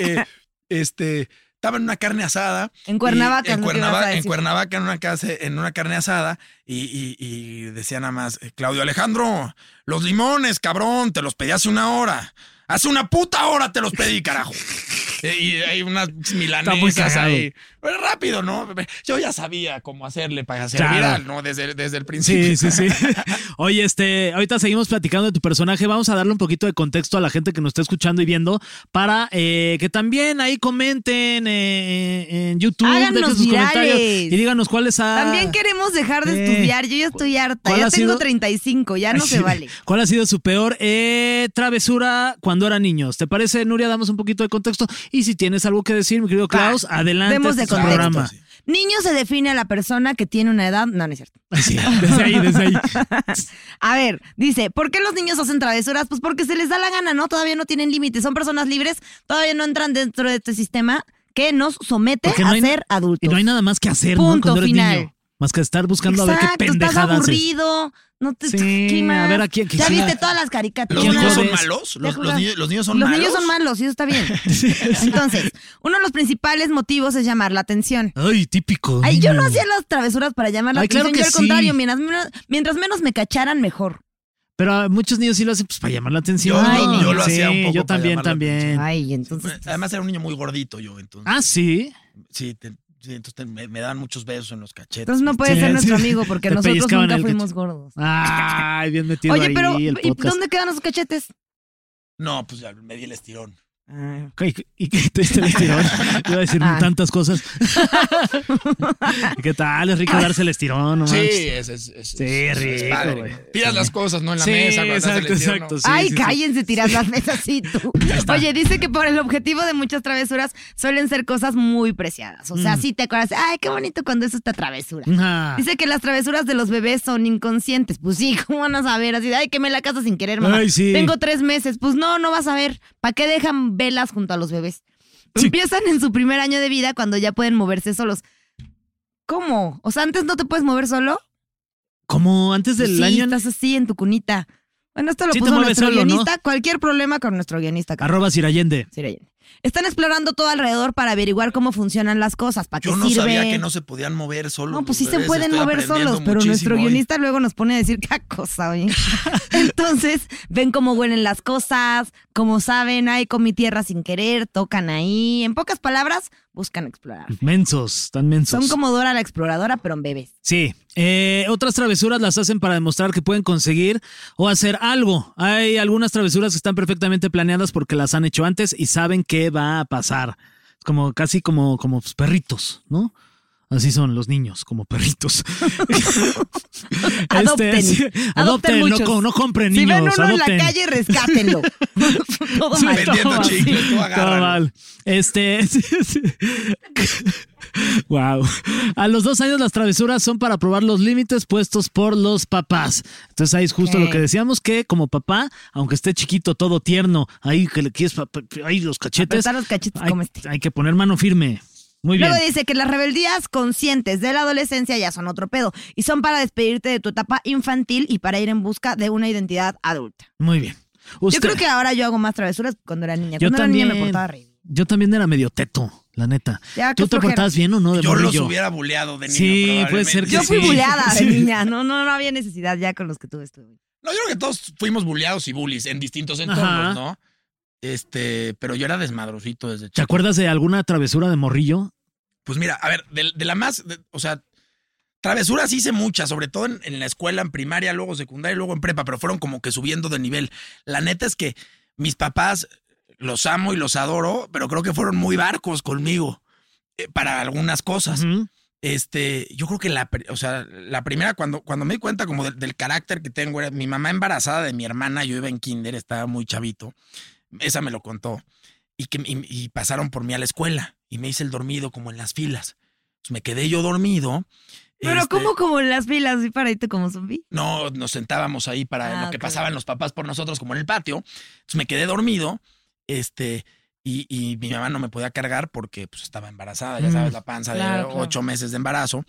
[SPEAKER 4] eh, este... Estaba en una carne asada.
[SPEAKER 3] En Cuernavaca,
[SPEAKER 4] y- En
[SPEAKER 3] es lo que ibas a
[SPEAKER 4] Cuernavaca, en
[SPEAKER 3] decir.
[SPEAKER 4] Cuernavaca, en una, casa, en una carne asada. Y, y- y decía nada más, eh, Claudio Alejandro, los limones, cabrón, te los pedí hace una hora. Hace una puta hora te los pedí, carajo. Eh, Y hay unas milanesas
[SPEAKER 2] cagado.
[SPEAKER 4] ahí. Pero rápido, ¿no? Yo ya sabía cómo hacerle para hacer
[SPEAKER 2] Claro.
[SPEAKER 4] viral, ¿no? Desde, desde el
[SPEAKER 2] Sí,
[SPEAKER 4] principio.
[SPEAKER 2] sí, sí. Oye, este, ahorita seguimos platicando de tu personaje. Vamos a darle un poquito de contexto a la gente que nos está escuchando y viendo para eh, que también ahí comenten eh, en YouTube,
[SPEAKER 3] Háganos
[SPEAKER 2] dejen sus
[SPEAKER 3] virales.
[SPEAKER 2] comentarios y díganos cuáles ha.
[SPEAKER 3] También queremos dejar de
[SPEAKER 2] Eh.
[SPEAKER 3] estudiar. Yo ya estoy harta.
[SPEAKER 2] ¿Cuál
[SPEAKER 3] Ya
[SPEAKER 2] ha
[SPEAKER 3] tengo
[SPEAKER 2] sido?
[SPEAKER 3] 35, ya no se vale.
[SPEAKER 2] ¿Cuál ha sido su peor eh, travesura cuando eran niños? ¿Te parece, Nuria? Damos un poquito de contexto. Y si tienes algo que decir, mi querido Klaus,
[SPEAKER 3] Va,
[SPEAKER 2] adelante.
[SPEAKER 3] demos de
[SPEAKER 2] este es tu
[SPEAKER 3] contexto.
[SPEAKER 2] programa.
[SPEAKER 3] Niño se define a la persona que tiene una edad. No, no es cierto.
[SPEAKER 2] Sí, desde ahí, desde ahí.
[SPEAKER 3] A ver, dice, ¿por qué los niños hacen travesuras? Pues porque se les da la gana, ¿no? Todavía no tienen límites, son personas libres, todavía no entran dentro de este sistema que nos somete
[SPEAKER 2] Porque
[SPEAKER 3] a
[SPEAKER 2] no hay-
[SPEAKER 3] ser adultos.
[SPEAKER 2] Y no hay nada más que hacer, ¿no?
[SPEAKER 3] Punto
[SPEAKER 2] Cuando eres
[SPEAKER 3] final.
[SPEAKER 2] niño. Más que estar buscando a ver qué
[SPEAKER 3] Exacto, estás
[SPEAKER 2] pendejada haces.
[SPEAKER 3] aburrido. No te,
[SPEAKER 2] Sí,
[SPEAKER 3] ¿qué
[SPEAKER 2] a
[SPEAKER 3] más?
[SPEAKER 2] ver, ¿a quién-
[SPEAKER 3] Ya
[SPEAKER 2] quién-
[SPEAKER 3] viste todas las
[SPEAKER 4] ¿Los
[SPEAKER 3] caricaturas.
[SPEAKER 2] ¿Quién
[SPEAKER 4] niños son
[SPEAKER 2] jodes?
[SPEAKER 4] malos?
[SPEAKER 3] Ya
[SPEAKER 4] ¿Los, los
[SPEAKER 3] jugaron.
[SPEAKER 4] niños, los niños son
[SPEAKER 3] los
[SPEAKER 4] malos?
[SPEAKER 3] niños son malos, y eso está bien. Entonces, uno de los principales motivos es llamar la atención.
[SPEAKER 2] Ay, típico.
[SPEAKER 3] Ay, yo no
[SPEAKER 2] niño.
[SPEAKER 3] hacía las travesuras para llamar la
[SPEAKER 2] Ay, claro
[SPEAKER 3] atención.
[SPEAKER 2] que
[SPEAKER 3] yo al
[SPEAKER 2] sí.
[SPEAKER 3] contrario, mientras menos, mientras menos me cacharan, mejor.
[SPEAKER 2] Pero a muchos niños sí lo hacen pues, para llamar la atención.
[SPEAKER 3] Yo- yo-
[SPEAKER 4] yo lo hacía un poco
[SPEAKER 2] Yo
[SPEAKER 4] para
[SPEAKER 2] también,
[SPEAKER 4] llamar la
[SPEAKER 2] también.
[SPEAKER 3] Ay, entonces.
[SPEAKER 4] Además era un niño muy gordito yo, entonces.
[SPEAKER 2] Ah, sí.
[SPEAKER 4] Sí, te- sí, entonces te- me, me daban muchos besos en los cachetes.
[SPEAKER 3] Entonces no puede
[SPEAKER 2] Sí,
[SPEAKER 3] ser
[SPEAKER 2] sí.
[SPEAKER 3] nuestro amigo porque
[SPEAKER 2] Te
[SPEAKER 3] nosotros
[SPEAKER 2] pellizcaban
[SPEAKER 3] nunca
[SPEAKER 2] el
[SPEAKER 3] fuimos
[SPEAKER 2] cachete.
[SPEAKER 3] gordos.
[SPEAKER 2] Ay, bien metido
[SPEAKER 3] Oye,
[SPEAKER 2] ahí
[SPEAKER 3] pero
[SPEAKER 2] el
[SPEAKER 3] ¿y
[SPEAKER 2] podcast.
[SPEAKER 3] ¿dónde quedan esos cachetes?
[SPEAKER 4] No, pues ya me di el estirón.
[SPEAKER 2] Ah, ¿Y, y qué te diste el estirón? Iba a decir
[SPEAKER 3] Ah.
[SPEAKER 2] tantas cosas. ¿Qué tal? Es rico darse el estirón. ¿no?
[SPEAKER 4] Sí, es, es, es,
[SPEAKER 2] Sí,
[SPEAKER 4] es- es
[SPEAKER 2] rico,
[SPEAKER 4] padre.
[SPEAKER 2] güey.
[SPEAKER 4] Tiras las cosas, ¿no? En la
[SPEAKER 2] Sí,
[SPEAKER 4] mesa. cuando estás en
[SPEAKER 2] exacto,
[SPEAKER 4] el estirón,
[SPEAKER 2] exacto.
[SPEAKER 4] ¿no?
[SPEAKER 2] sí,
[SPEAKER 3] Ay,
[SPEAKER 2] sí, sí.
[SPEAKER 3] cállense, tiras las mesas y tú. Oye, dice que por el objetivo de muchas travesuras suelen ser cosas muy preciadas. O sea,
[SPEAKER 2] Mm.
[SPEAKER 3] sí te acuerdas, ay, qué bonito cuando es esta travesura.
[SPEAKER 2] Ah.
[SPEAKER 3] Dice que las travesuras de los bebés son inconscientes. Pues sí, ¿cómo van a saber? Así, de, ay, quemé la casa sin querer, mamá.
[SPEAKER 2] Ay, sí.
[SPEAKER 3] Tengo tres meses. Pues no, no vas a ver. ¿Para qué dejan velas junto a los bebés? Empiezan en su primer año de vida cuando ya pueden moverse solos. ¿Cómo? O sea, antes no te puedes mover solo.
[SPEAKER 2] Como antes del
[SPEAKER 3] sí,
[SPEAKER 2] año.
[SPEAKER 3] estás así en tu cunita. Bueno, esto lo
[SPEAKER 2] Sí te
[SPEAKER 3] puso
[SPEAKER 2] mueves
[SPEAKER 3] nuestro
[SPEAKER 2] solo, ¿no?
[SPEAKER 3] guionista. Cualquier problema con nuestro guionista. Carlos.
[SPEAKER 2] Arroba Sirallende.
[SPEAKER 3] Sí, Irene. Están explorando todo alrededor para averiguar cómo funcionan las cosas, para qué
[SPEAKER 4] Yo no sabía
[SPEAKER 3] sirven.
[SPEAKER 4] que no se podían mover solos.
[SPEAKER 3] No, pues sí
[SPEAKER 4] los
[SPEAKER 3] se
[SPEAKER 4] bebés,
[SPEAKER 3] pueden
[SPEAKER 4] estoy
[SPEAKER 3] mover
[SPEAKER 4] aprendiendo
[SPEAKER 3] solos, pero nuestro
[SPEAKER 4] muchísimo hoy.
[SPEAKER 3] guionista luego nos pone a decir qué cosa, oye. Entonces, ven cómo huelen las cosas, como saben, ay, comí tierra sin querer, tocan ahí. En pocas palabras, buscan explorar.
[SPEAKER 2] Mensos, tan mensos.
[SPEAKER 3] Son como Dora la exploradora, pero en bebés.
[SPEAKER 2] Sí. Eh, otras travesuras las hacen para demostrar que pueden conseguir o hacer algo. Hay algunas travesuras que están perfectamente planeadas porque las han hecho antes y saben qué va a pasar. Es Como casi como, como pues, perritos, ¿no? Así son los niños, como perritos. Este,
[SPEAKER 3] Adopten.
[SPEAKER 2] sí,
[SPEAKER 3] Adopten
[SPEAKER 2] adopten, no,
[SPEAKER 3] muchos.
[SPEAKER 2] co- no compren
[SPEAKER 3] si
[SPEAKER 2] niños.
[SPEAKER 3] ven uno
[SPEAKER 2] adopten.
[SPEAKER 3] en la calle, rescátenlo. todo
[SPEAKER 2] Sí,
[SPEAKER 3] mal.
[SPEAKER 4] Vendiendo
[SPEAKER 2] todo
[SPEAKER 4] chicles,
[SPEAKER 2] mal.
[SPEAKER 4] tú agárralo.
[SPEAKER 2] Todo mal. Este. wow. A los dos años las travesuras son para probar los límites puestos por los papás. Entonces ahí es justo
[SPEAKER 3] Ok.
[SPEAKER 2] lo que decíamos que como papá, aunque esté chiquito, todo tierno, ahí que le quieres, pa- pa- ahí los cachetes.
[SPEAKER 3] Apretar los cachetes
[SPEAKER 2] hay,
[SPEAKER 3] como este.
[SPEAKER 2] hay que poner mano firme. Muy bien.
[SPEAKER 3] Luego dice que las rebeldías conscientes de la adolescencia ya son otro pedo y son para despedirte de tu etapa infantil y para ir en busca de una identidad adulta.
[SPEAKER 2] Muy bien.
[SPEAKER 3] Yo
[SPEAKER 2] Usted-
[SPEAKER 3] creo que ahora yo hago más travesuras que cuando era niña.
[SPEAKER 2] Yo
[SPEAKER 3] cuando era niña me
[SPEAKER 2] también.
[SPEAKER 3] portaba re bien.
[SPEAKER 2] Yo también era medio teto, la neta.
[SPEAKER 3] Ya, Ah, qué
[SPEAKER 2] ¿Tú te
[SPEAKER 3] flojera.
[SPEAKER 2] portabas bien o no de
[SPEAKER 4] Yo los
[SPEAKER 2] morrillo?
[SPEAKER 4] hubiera buleado de niño.
[SPEAKER 2] Sí, puede ser que
[SPEAKER 3] Yo
[SPEAKER 4] probablemente.
[SPEAKER 3] fui
[SPEAKER 2] Sí.
[SPEAKER 3] buleada de
[SPEAKER 2] Sí.
[SPEAKER 3] niña. No, no, no había necesidad ya con los que tuve este estuve.
[SPEAKER 4] No, yo creo que todos fuimos buleados y bullies en distintos entornos,
[SPEAKER 2] Ajá.
[SPEAKER 4] ¿no? Este, pero yo era desmadrosito desde
[SPEAKER 2] ¿Te
[SPEAKER 4] chico.
[SPEAKER 2] acuerdas de alguna travesura de morrillo?
[SPEAKER 4] Pues mira, a ver, de, de la más, de- o sea, travesuras hice muchas, sobre todo en, en la escuela, en primaria, luego secundaria, luego en prepa, pero fueron como que subiendo de nivel. La neta es que mis papás los amo y los adoro, pero creo que fueron muy barcos conmigo eh, para algunas cosas.
[SPEAKER 2] Ujú.
[SPEAKER 4] Este, yo creo que la, pr- o sea, la primera, cuando, cuando me di cuenta como del, del carácter que tengo, era mi mamá embarazada de mi hermana, yo iba en kinder, estaba muy chavito, esa me lo contó, y, que, y, y pasaron por mí a la escuela, y me hice el dormido como en las filas. Entonces me quedé yo dormido.
[SPEAKER 3] Pero
[SPEAKER 4] este,
[SPEAKER 3] como como en las filas y para irte como zombie.
[SPEAKER 4] no, nos sentábamos ahí para
[SPEAKER 3] Ah,
[SPEAKER 4] lo que
[SPEAKER 3] ok.
[SPEAKER 4] pasaban los papás por nosotros, como en el patio. Entonces me quedé dormido, este, y, y mi mamá no me podía cargar porque pues estaba embarazada, ya
[SPEAKER 2] Mm,
[SPEAKER 4] sabes, la panza de
[SPEAKER 3] claro, claro.
[SPEAKER 4] ocho meses de embarazo.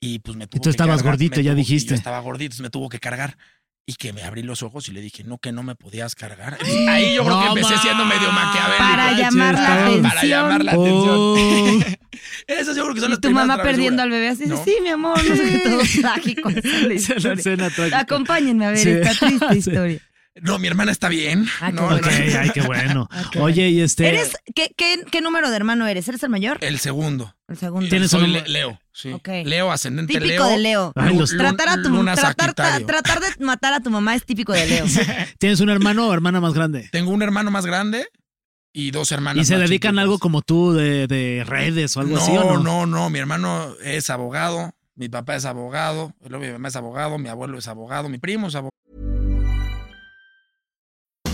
[SPEAKER 4] Y pues me tuvo
[SPEAKER 2] tú estabas
[SPEAKER 4] cargar,
[SPEAKER 2] gordito,
[SPEAKER 4] me
[SPEAKER 2] ya
[SPEAKER 4] tuvo- y
[SPEAKER 2] dijiste.
[SPEAKER 4] Yo estaba gordito, entonces me tuvo que cargar. Y que me abrí los ojos y le dije, no, que no me podías cargar. Ahí yo creo que
[SPEAKER 2] No
[SPEAKER 4] empecé siendo medio maquiavélico. ¿eh?
[SPEAKER 3] Para
[SPEAKER 2] manches,
[SPEAKER 3] llamar la
[SPEAKER 2] cabrón.
[SPEAKER 3] atención.
[SPEAKER 4] Para llamar la
[SPEAKER 2] Oh.
[SPEAKER 4] atención. Esas yo creo que son
[SPEAKER 3] Y
[SPEAKER 4] las
[SPEAKER 3] tu
[SPEAKER 4] primeras
[SPEAKER 3] mamá perdiendo
[SPEAKER 4] travesuras.
[SPEAKER 3] al bebé así,
[SPEAKER 4] ¿No?
[SPEAKER 3] sí, mi amor, no sé qué todo trágico. es la
[SPEAKER 2] Es una
[SPEAKER 3] historia.
[SPEAKER 2] escena trágica.
[SPEAKER 3] Acompáñenme a ver
[SPEAKER 2] Sí.
[SPEAKER 3] esta triste historia.
[SPEAKER 4] No, mi hermana está bien.
[SPEAKER 3] Ah, qué
[SPEAKER 4] No,
[SPEAKER 3] bueno.
[SPEAKER 2] Ok, ay, qué bueno.
[SPEAKER 3] Ah, qué
[SPEAKER 2] Oye, y este.
[SPEAKER 3] ¿Eres, qué, qué, ¿Qué número de hermano eres? ¿Eres el mayor?
[SPEAKER 4] El segundo.
[SPEAKER 3] El segundo.
[SPEAKER 2] Tienes
[SPEAKER 4] Soy
[SPEAKER 2] un-
[SPEAKER 4] Le- Leo. sí.
[SPEAKER 3] Ok.
[SPEAKER 4] Leo, ascendente
[SPEAKER 3] Típico
[SPEAKER 4] Leo.
[SPEAKER 3] de Leo.
[SPEAKER 2] Ay,
[SPEAKER 4] Lu-
[SPEAKER 2] los-
[SPEAKER 4] lu-
[SPEAKER 3] Tratar, a tu,
[SPEAKER 4] luna
[SPEAKER 3] tratar,
[SPEAKER 4] Sagitario.
[SPEAKER 3] tratar de matar a tu mamá es típico de Leo.
[SPEAKER 2] ¿Tienes un hermano o hermana más grande?
[SPEAKER 4] Tengo un hermano más grande y dos hermanas.
[SPEAKER 2] ¿Y se
[SPEAKER 4] más
[SPEAKER 2] dedican a
[SPEAKER 4] chiquitas.
[SPEAKER 2] algo como tú de, de redes o algo
[SPEAKER 4] no,
[SPEAKER 2] así? ¿o no,
[SPEAKER 4] no, no. Mi hermano es abogado, mi papá es abogado, luego mi mamá es abogado, mi abuelo es abogado, mi primo es abogado.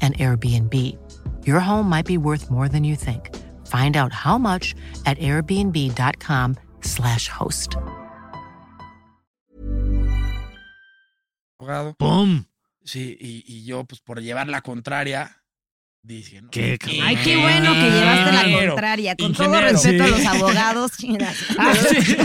[SPEAKER 5] an Airbnb. Your home might be worth more than you think. Find out how much at airbnb.com/slash host.
[SPEAKER 4] abogado.
[SPEAKER 2] ¡Pum!
[SPEAKER 4] Sí, y, y yo, pues por llevar la contraria, dije. no,
[SPEAKER 2] Qué cabrón.
[SPEAKER 3] Ay, qué bueno que llevaste la
[SPEAKER 4] Ingeniero.
[SPEAKER 3] contraria. Con todo
[SPEAKER 4] Ingeniero.
[SPEAKER 3] respeto a
[SPEAKER 2] Sí.
[SPEAKER 3] los abogados. chingas.
[SPEAKER 2] Ah, sí.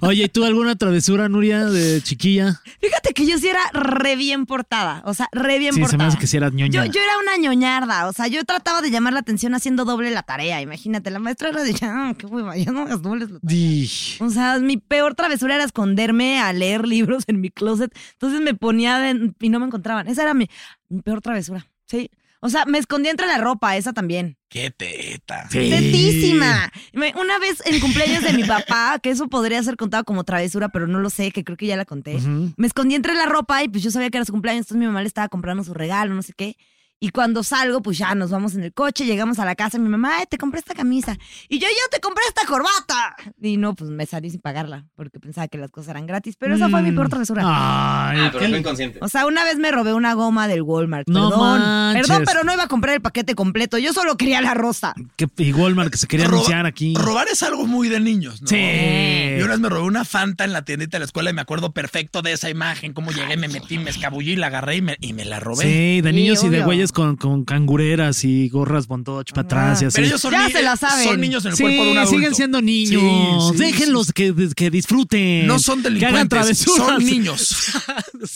[SPEAKER 2] Oye, ¿y tú alguna travesura, Nuria, de chiquilla?
[SPEAKER 3] Fíjate que yo sí era re bien portada. O sea, re bien
[SPEAKER 2] Sí, se me
[SPEAKER 3] portada.
[SPEAKER 2] hace que sí eras ñoña.
[SPEAKER 3] Yo, yo era una ñoñarda, o sea, yo trataba de llamar la atención haciendo doble la tarea, imagínate, la maestra era de, "Ah, qué hueva, ya no hagas dobles la tarea".
[SPEAKER 2] Dij.
[SPEAKER 3] O sea, mi peor travesura era esconderme a leer libros en mi closet, entonces me ponía de- y no me encontraban, esa era mi, mi peor travesura, sí. O sea, me escondía entre la ropa, esa también.
[SPEAKER 4] Qué teta.
[SPEAKER 2] Sí.
[SPEAKER 3] Tetísima. Me- Una vez en cumpleaños de mi papá, que eso podría ser contado como travesura, pero no lo sé, que creo que ya la conté.
[SPEAKER 2] Ujú.
[SPEAKER 3] Me escondí entre la ropa y pues yo sabía que era su cumpleaños, entonces mi mamá le estaba comprando su regalo, no sé qué. Y cuando salgo, pues ya nos vamos en el coche, llegamos a la casa y mi mamá, "Ay, te compré esta camisa. Y yo, yo te compré esta corbata. Y no, pues me salí sin pagarla, porque pensaba que las cosas eran gratis. Pero esa
[SPEAKER 2] Mm.
[SPEAKER 3] fue mi peor travesura.
[SPEAKER 2] Ah. Ay,
[SPEAKER 4] Ah,
[SPEAKER 2] qué-
[SPEAKER 3] O sea, una vez me robé una goma del Walmart.
[SPEAKER 2] No
[SPEAKER 3] perdón.
[SPEAKER 2] manches.
[SPEAKER 3] Perdón, pero no iba a comprar el paquete completo. Yo solo quería la rosa.
[SPEAKER 2] qué- y Walmart que se quería
[SPEAKER 4] Roba-
[SPEAKER 2] anunciar aquí.
[SPEAKER 4] Robar es algo muy de niños, ¿no?
[SPEAKER 2] Sí.
[SPEAKER 4] Yo una vez me robé una Fanta en la tiendita de la escuela y me acuerdo perfecto de esa imagen, cómo llegué, me metí, me escabullí, la agarré y me, y me la robé.
[SPEAKER 2] Sí, de
[SPEAKER 3] Sí,
[SPEAKER 2] niños y de
[SPEAKER 3] obvio.
[SPEAKER 2] güeyes con, con cangureras y gorras bondoch para atrás y
[SPEAKER 3] Ah.
[SPEAKER 2] así.
[SPEAKER 4] Pero ellos son,
[SPEAKER 3] Ya
[SPEAKER 4] ni-
[SPEAKER 3] se la saben.
[SPEAKER 4] son niños en el
[SPEAKER 2] Sí,
[SPEAKER 4] cuerpo de un adulto.
[SPEAKER 2] siguen siendo niños.
[SPEAKER 4] Sí, sí,
[SPEAKER 2] Déjenlos
[SPEAKER 4] sí.
[SPEAKER 2] Que, que disfruten.
[SPEAKER 4] No son
[SPEAKER 2] Que hagan
[SPEAKER 4] delincuentes,
[SPEAKER 2] travesuras.
[SPEAKER 4] son niños.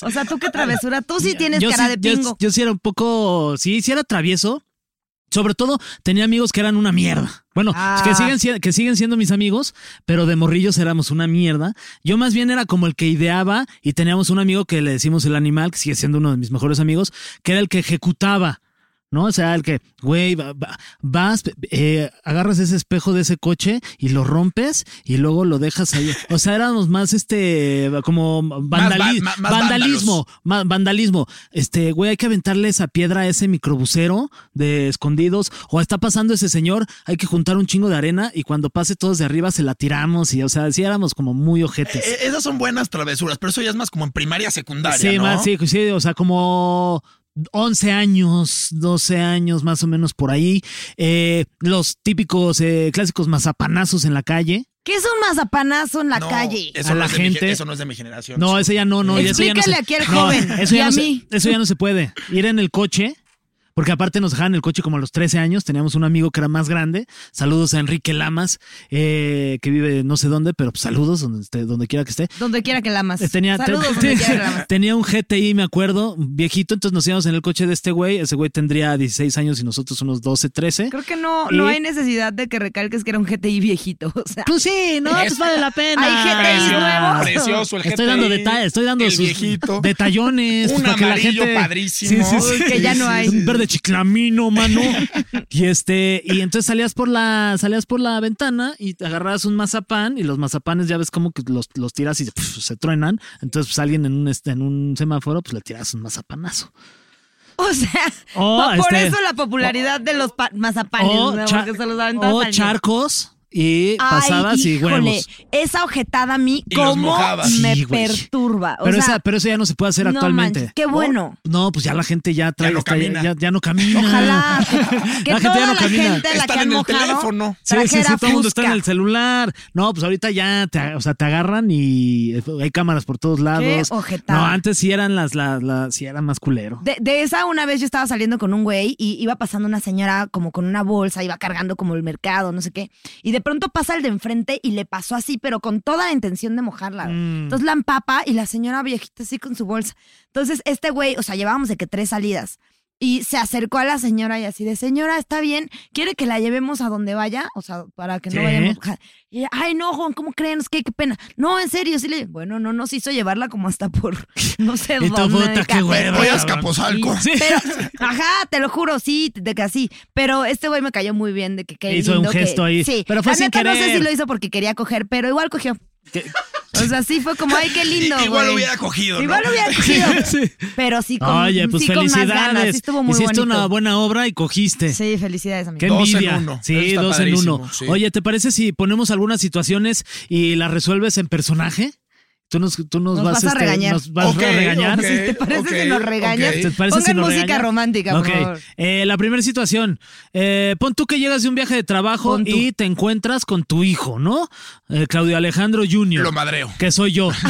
[SPEAKER 3] O sea, tú qué travesura. Tú sí tienes
[SPEAKER 2] yo
[SPEAKER 3] cara
[SPEAKER 2] sí-
[SPEAKER 3] de
[SPEAKER 2] yo-
[SPEAKER 3] pingo.
[SPEAKER 2] Yo, sí era un poco, sí, sí era travieso. Sobre todo tenía amigos que eran una mierda. Bueno,
[SPEAKER 3] Ah.
[SPEAKER 2] que, siguen, si- que siguen siendo mis amigos, pero de morrillos éramos una mierda. Yo más bien era como el que ideaba y teníamos un amigo que le decimos el animal, que sigue siendo uno de mis mejores amigos, que era el que ejecutaba. ¿No? O sea, el que, güey, va- va- vas, eh, agarras ese espejo de ese coche y lo rompes y luego lo dejas ahí. O sea, éramos más este, como vandali-
[SPEAKER 4] va- más- más
[SPEAKER 2] vandalismo. Ma- vandalismo. Este, güey, hay que aventarle esa piedra a ese microbusero de escondidos. O está pasando ese señor, hay que juntar un chingo de arena y cuando pase todos de arriba se la tiramos. Y, o sea, sí éramos como muy ojetes.
[SPEAKER 4] Eh, Esas son buenas travesuras, pero eso ya es más como en primaria, secundaria,
[SPEAKER 2] sí,
[SPEAKER 4] ¿no?
[SPEAKER 2] más, sí, sí, o sea, como 11 años, 12 años más o menos por ahí. Eh, los típicos eh, clásicos mazapanazos en la calle.
[SPEAKER 3] ¿Qué es un mazapanazo en la
[SPEAKER 4] No,
[SPEAKER 3] calle?
[SPEAKER 4] Eso
[SPEAKER 2] A
[SPEAKER 4] no
[SPEAKER 2] la
[SPEAKER 4] es de mi gen-
[SPEAKER 2] gente.
[SPEAKER 4] eso no es de mi generación.
[SPEAKER 2] No, ese ya no, no. y eso ya no se-
[SPEAKER 3] Explícale aquí al
[SPEAKER 2] no,
[SPEAKER 3] joven
[SPEAKER 2] eso
[SPEAKER 3] y
[SPEAKER 2] ya
[SPEAKER 3] a
[SPEAKER 2] no se-
[SPEAKER 3] mí.
[SPEAKER 2] eso ya no se puede. Ir en el coche, porque aparte nos dejaban el coche como a los 13 años. Teníamos un amigo que era más grande. Saludos a Enrique Lamas, eh, que vive no sé dónde, pero pues, saludos donde esté- donde quiera que esté.
[SPEAKER 3] Donde quiera que la amas.
[SPEAKER 2] Eh, Tenía,
[SPEAKER 3] Saludos
[SPEAKER 2] ten-
[SPEAKER 3] donde quiera que la amas.
[SPEAKER 2] tenía un GTI, me acuerdo, viejito, entonces nos íbamos en el coche de este güey, ese güey tendría 16 años y nosotros unos 12, 13.
[SPEAKER 3] Creo que no, no
[SPEAKER 2] Y-
[SPEAKER 3] hay necesidad de que recalques que era un GTI viejito. O sea,
[SPEAKER 2] Pues sí, no, pues vale la pena.
[SPEAKER 3] Hay GTIs nuevos.
[SPEAKER 4] Precioso el
[SPEAKER 2] Ah, Estoy dando
[SPEAKER 4] GTI,
[SPEAKER 2] detalles, estoy dando
[SPEAKER 4] el
[SPEAKER 2] sus
[SPEAKER 4] viejito.
[SPEAKER 2] detallones.
[SPEAKER 4] Un
[SPEAKER 2] para que la
[SPEAKER 4] amarillo
[SPEAKER 2] gente-
[SPEAKER 4] padrísimo. Uy,
[SPEAKER 3] que ya no hay.
[SPEAKER 2] Un verde chiclamino, mano. y este, y entonces salías por la, salías por la ventana y te agarrabas un mazapán y los mazapanes ya ves como que los, los tiras y pf, se truenan. Entonces pues alguien en un, este, en un semáforo pues le tiras un mazapanazo.
[SPEAKER 3] o sea
[SPEAKER 2] Oh,
[SPEAKER 3] por- por
[SPEAKER 2] este- oh,
[SPEAKER 3] eso la popularidad de los pa- mazapanes,
[SPEAKER 2] o
[SPEAKER 3] ¿no?
[SPEAKER 2] cha-
[SPEAKER 3] porque se los daban todas
[SPEAKER 2] o
[SPEAKER 3] al niño.
[SPEAKER 2] charcos y
[SPEAKER 3] Ay,
[SPEAKER 2] pasabas oh, y pues,
[SPEAKER 3] híjole,
[SPEAKER 2] huevos.
[SPEAKER 3] Esa ojetada a mí,
[SPEAKER 4] Y los
[SPEAKER 3] ¿cómo
[SPEAKER 4] mojabas.
[SPEAKER 3] me
[SPEAKER 2] Sí, güey.
[SPEAKER 3] perturba? Ah, O
[SPEAKER 2] Pero,
[SPEAKER 3] sea,
[SPEAKER 2] esa- pero eso ya no se puede hacer
[SPEAKER 3] no
[SPEAKER 2] actualmente. Oh,
[SPEAKER 3] manches, qué bueno.
[SPEAKER 2] No, pues ya la gente ya trae.
[SPEAKER 4] no
[SPEAKER 2] está- Ya
[SPEAKER 4] camina.
[SPEAKER 2] ya- ya no camina.
[SPEAKER 3] ojalá que
[SPEAKER 2] la gente
[SPEAKER 3] toda
[SPEAKER 2] ya no
[SPEAKER 3] la
[SPEAKER 2] camina.
[SPEAKER 3] gente a la
[SPEAKER 4] Están
[SPEAKER 3] que han
[SPEAKER 4] en el
[SPEAKER 3] mojado
[SPEAKER 4] teléfono.
[SPEAKER 2] Sí, sí, sí,
[SPEAKER 3] trajera
[SPEAKER 2] todo el mundo está en
[SPEAKER 3] fusca.
[SPEAKER 2] el celular. No, pues ahorita ya, te, o sea, te agarran y eh, hay cámaras por todos lados.
[SPEAKER 3] ojetada.
[SPEAKER 2] no, antes sí eran las, las, las- sí era más culero.
[SPEAKER 3] De, de esa una vez yo estaba saliendo con un güey y iba pasando una señora como con una bolsa, iba cargando como el mercado, no sé qué. Y de pronto pasa el de enfrente y le pasó así, pero con toda la intención de mojarla. güey.
[SPEAKER 2] Mm.
[SPEAKER 3] Entonces la empapa y la señora viejita así con su bolsa. Entonces este güey, o sea, llevábamos de que tres salidas. Y se acercó a la señora y así de, señora, está bien, quiere que la llevemos a donde vaya, o sea, para que no
[SPEAKER 2] Sí.
[SPEAKER 3] vayamos. Y ella, Ay, no, Juan, ¿cómo creen? Es que qué pena. No, en serio, sí le, bueno, no nos hizo llevarla como hasta por, no sé
[SPEAKER 2] Y tú,
[SPEAKER 3] dónde.
[SPEAKER 2] puta,
[SPEAKER 3] de
[SPEAKER 2] qué hueva,
[SPEAKER 4] Voy a
[SPEAKER 3] Catepec.
[SPEAKER 4] Escapozalco.
[SPEAKER 2] Sí.
[SPEAKER 3] Pero, ajá, te lo juro, sí, de que así. Pero este güey me cayó muy bien de que qué
[SPEAKER 2] Hizo un
[SPEAKER 3] lindo que-
[SPEAKER 2] gesto ahí.
[SPEAKER 3] Sí,
[SPEAKER 2] Pero fue
[SPEAKER 3] la
[SPEAKER 2] sin
[SPEAKER 3] neta no sé
[SPEAKER 2] querer.
[SPEAKER 3] si lo hizo porque quería coger, pero igual cogió. O sea, sí fue como, ay, qué lindo,
[SPEAKER 4] I- Igual
[SPEAKER 3] güey.
[SPEAKER 4] hubiera cogido, ¿no?
[SPEAKER 3] Igual lo hubiera cogido. Pero sí con,
[SPEAKER 2] Oye, pues
[SPEAKER 3] sí con más ganas.
[SPEAKER 2] felicidades.
[SPEAKER 3] Sí estuvo muy
[SPEAKER 2] Hiciste
[SPEAKER 3] bonito.
[SPEAKER 2] una buena obra y cogiste.
[SPEAKER 3] Sí, felicidades, amigo.
[SPEAKER 2] Qué
[SPEAKER 4] Dos en
[SPEAKER 2] envidia.
[SPEAKER 4] uno. Eso
[SPEAKER 2] Sí,
[SPEAKER 4] está
[SPEAKER 2] dos en uno.
[SPEAKER 4] padrísimo, sí.
[SPEAKER 2] Oye, ¿te parece si ponemos algunas situaciones y las resuelves en personaje? Tú nos, tú nos,
[SPEAKER 3] Nos vas a
[SPEAKER 2] este,
[SPEAKER 3] regañar.
[SPEAKER 2] Nos vas
[SPEAKER 4] Ok,
[SPEAKER 2] a regañar.
[SPEAKER 4] ok,
[SPEAKER 3] ¿Te parece
[SPEAKER 4] ok,
[SPEAKER 3] si nos regañas?
[SPEAKER 4] ok.
[SPEAKER 2] ¿Te parece
[SPEAKER 3] Pongan
[SPEAKER 2] si nos
[SPEAKER 3] música
[SPEAKER 2] regaña?
[SPEAKER 3] romántica, por
[SPEAKER 2] Ok.
[SPEAKER 3] favor.
[SPEAKER 2] Eh, la primera situación. Eh, pon tú que llegas de un viaje de trabajo
[SPEAKER 3] Pon tú.
[SPEAKER 2] y te encuentras con tu hijo, ¿no? Eh, Claudio Alejandro Jr.
[SPEAKER 4] Lo madreo.
[SPEAKER 2] Que soy yo. Sí.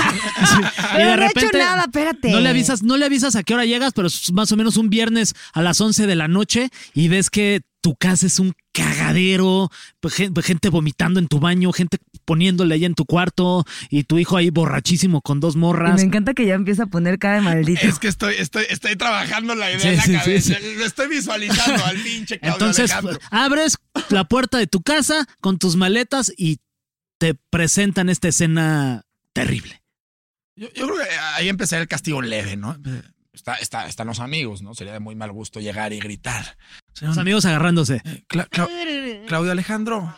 [SPEAKER 3] Pero no he hecho nada, espérate.
[SPEAKER 2] No le avisas, no le avisas a qué hora llegas, pero es más o menos un viernes a las 11 de la noche y ves que tu casa es un cagadero, pues, gen- pues, gente vomitando en tu baño, gente poniéndole ahí en tu cuarto y tu hijo ahí borrachísimo con dos
[SPEAKER 3] Y
[SPEAKER 2] morras.
[SPEAKER 3] me encanta que ya empieza a poner cara de maldito.
[SPEAKER 4] Es que estoy, estoy, estoy trabajando la idea
[SPEAKER 2] Sí,
[SPEAKER 4] en la
[SPEAKER 2] sí, sí,
[SPEAKER 4] cabeza.
[SPEAKER 2] sí.
[SPEAKER 4] Lo estoy visualizando al pinche Claudio
[SPEAKER 2] Entonces
[SPEAKER 4] Alejandro.
[SPEAKER 2] pues, abres la puerta de tu casa con tus maletas y te presentan esta escena terrible.
[SPEAKER 4] Yo, yo creo que ahí empecé el castigo leve, ¿no? Está, está, están los amigos, ¿no? Sería de muy mal gusto llegar y gritar.
[SPEAKER 2] Los amigos agarrándose.
[SPEAKER 4] Eh, Cla- Cla- Claudio Alejandro.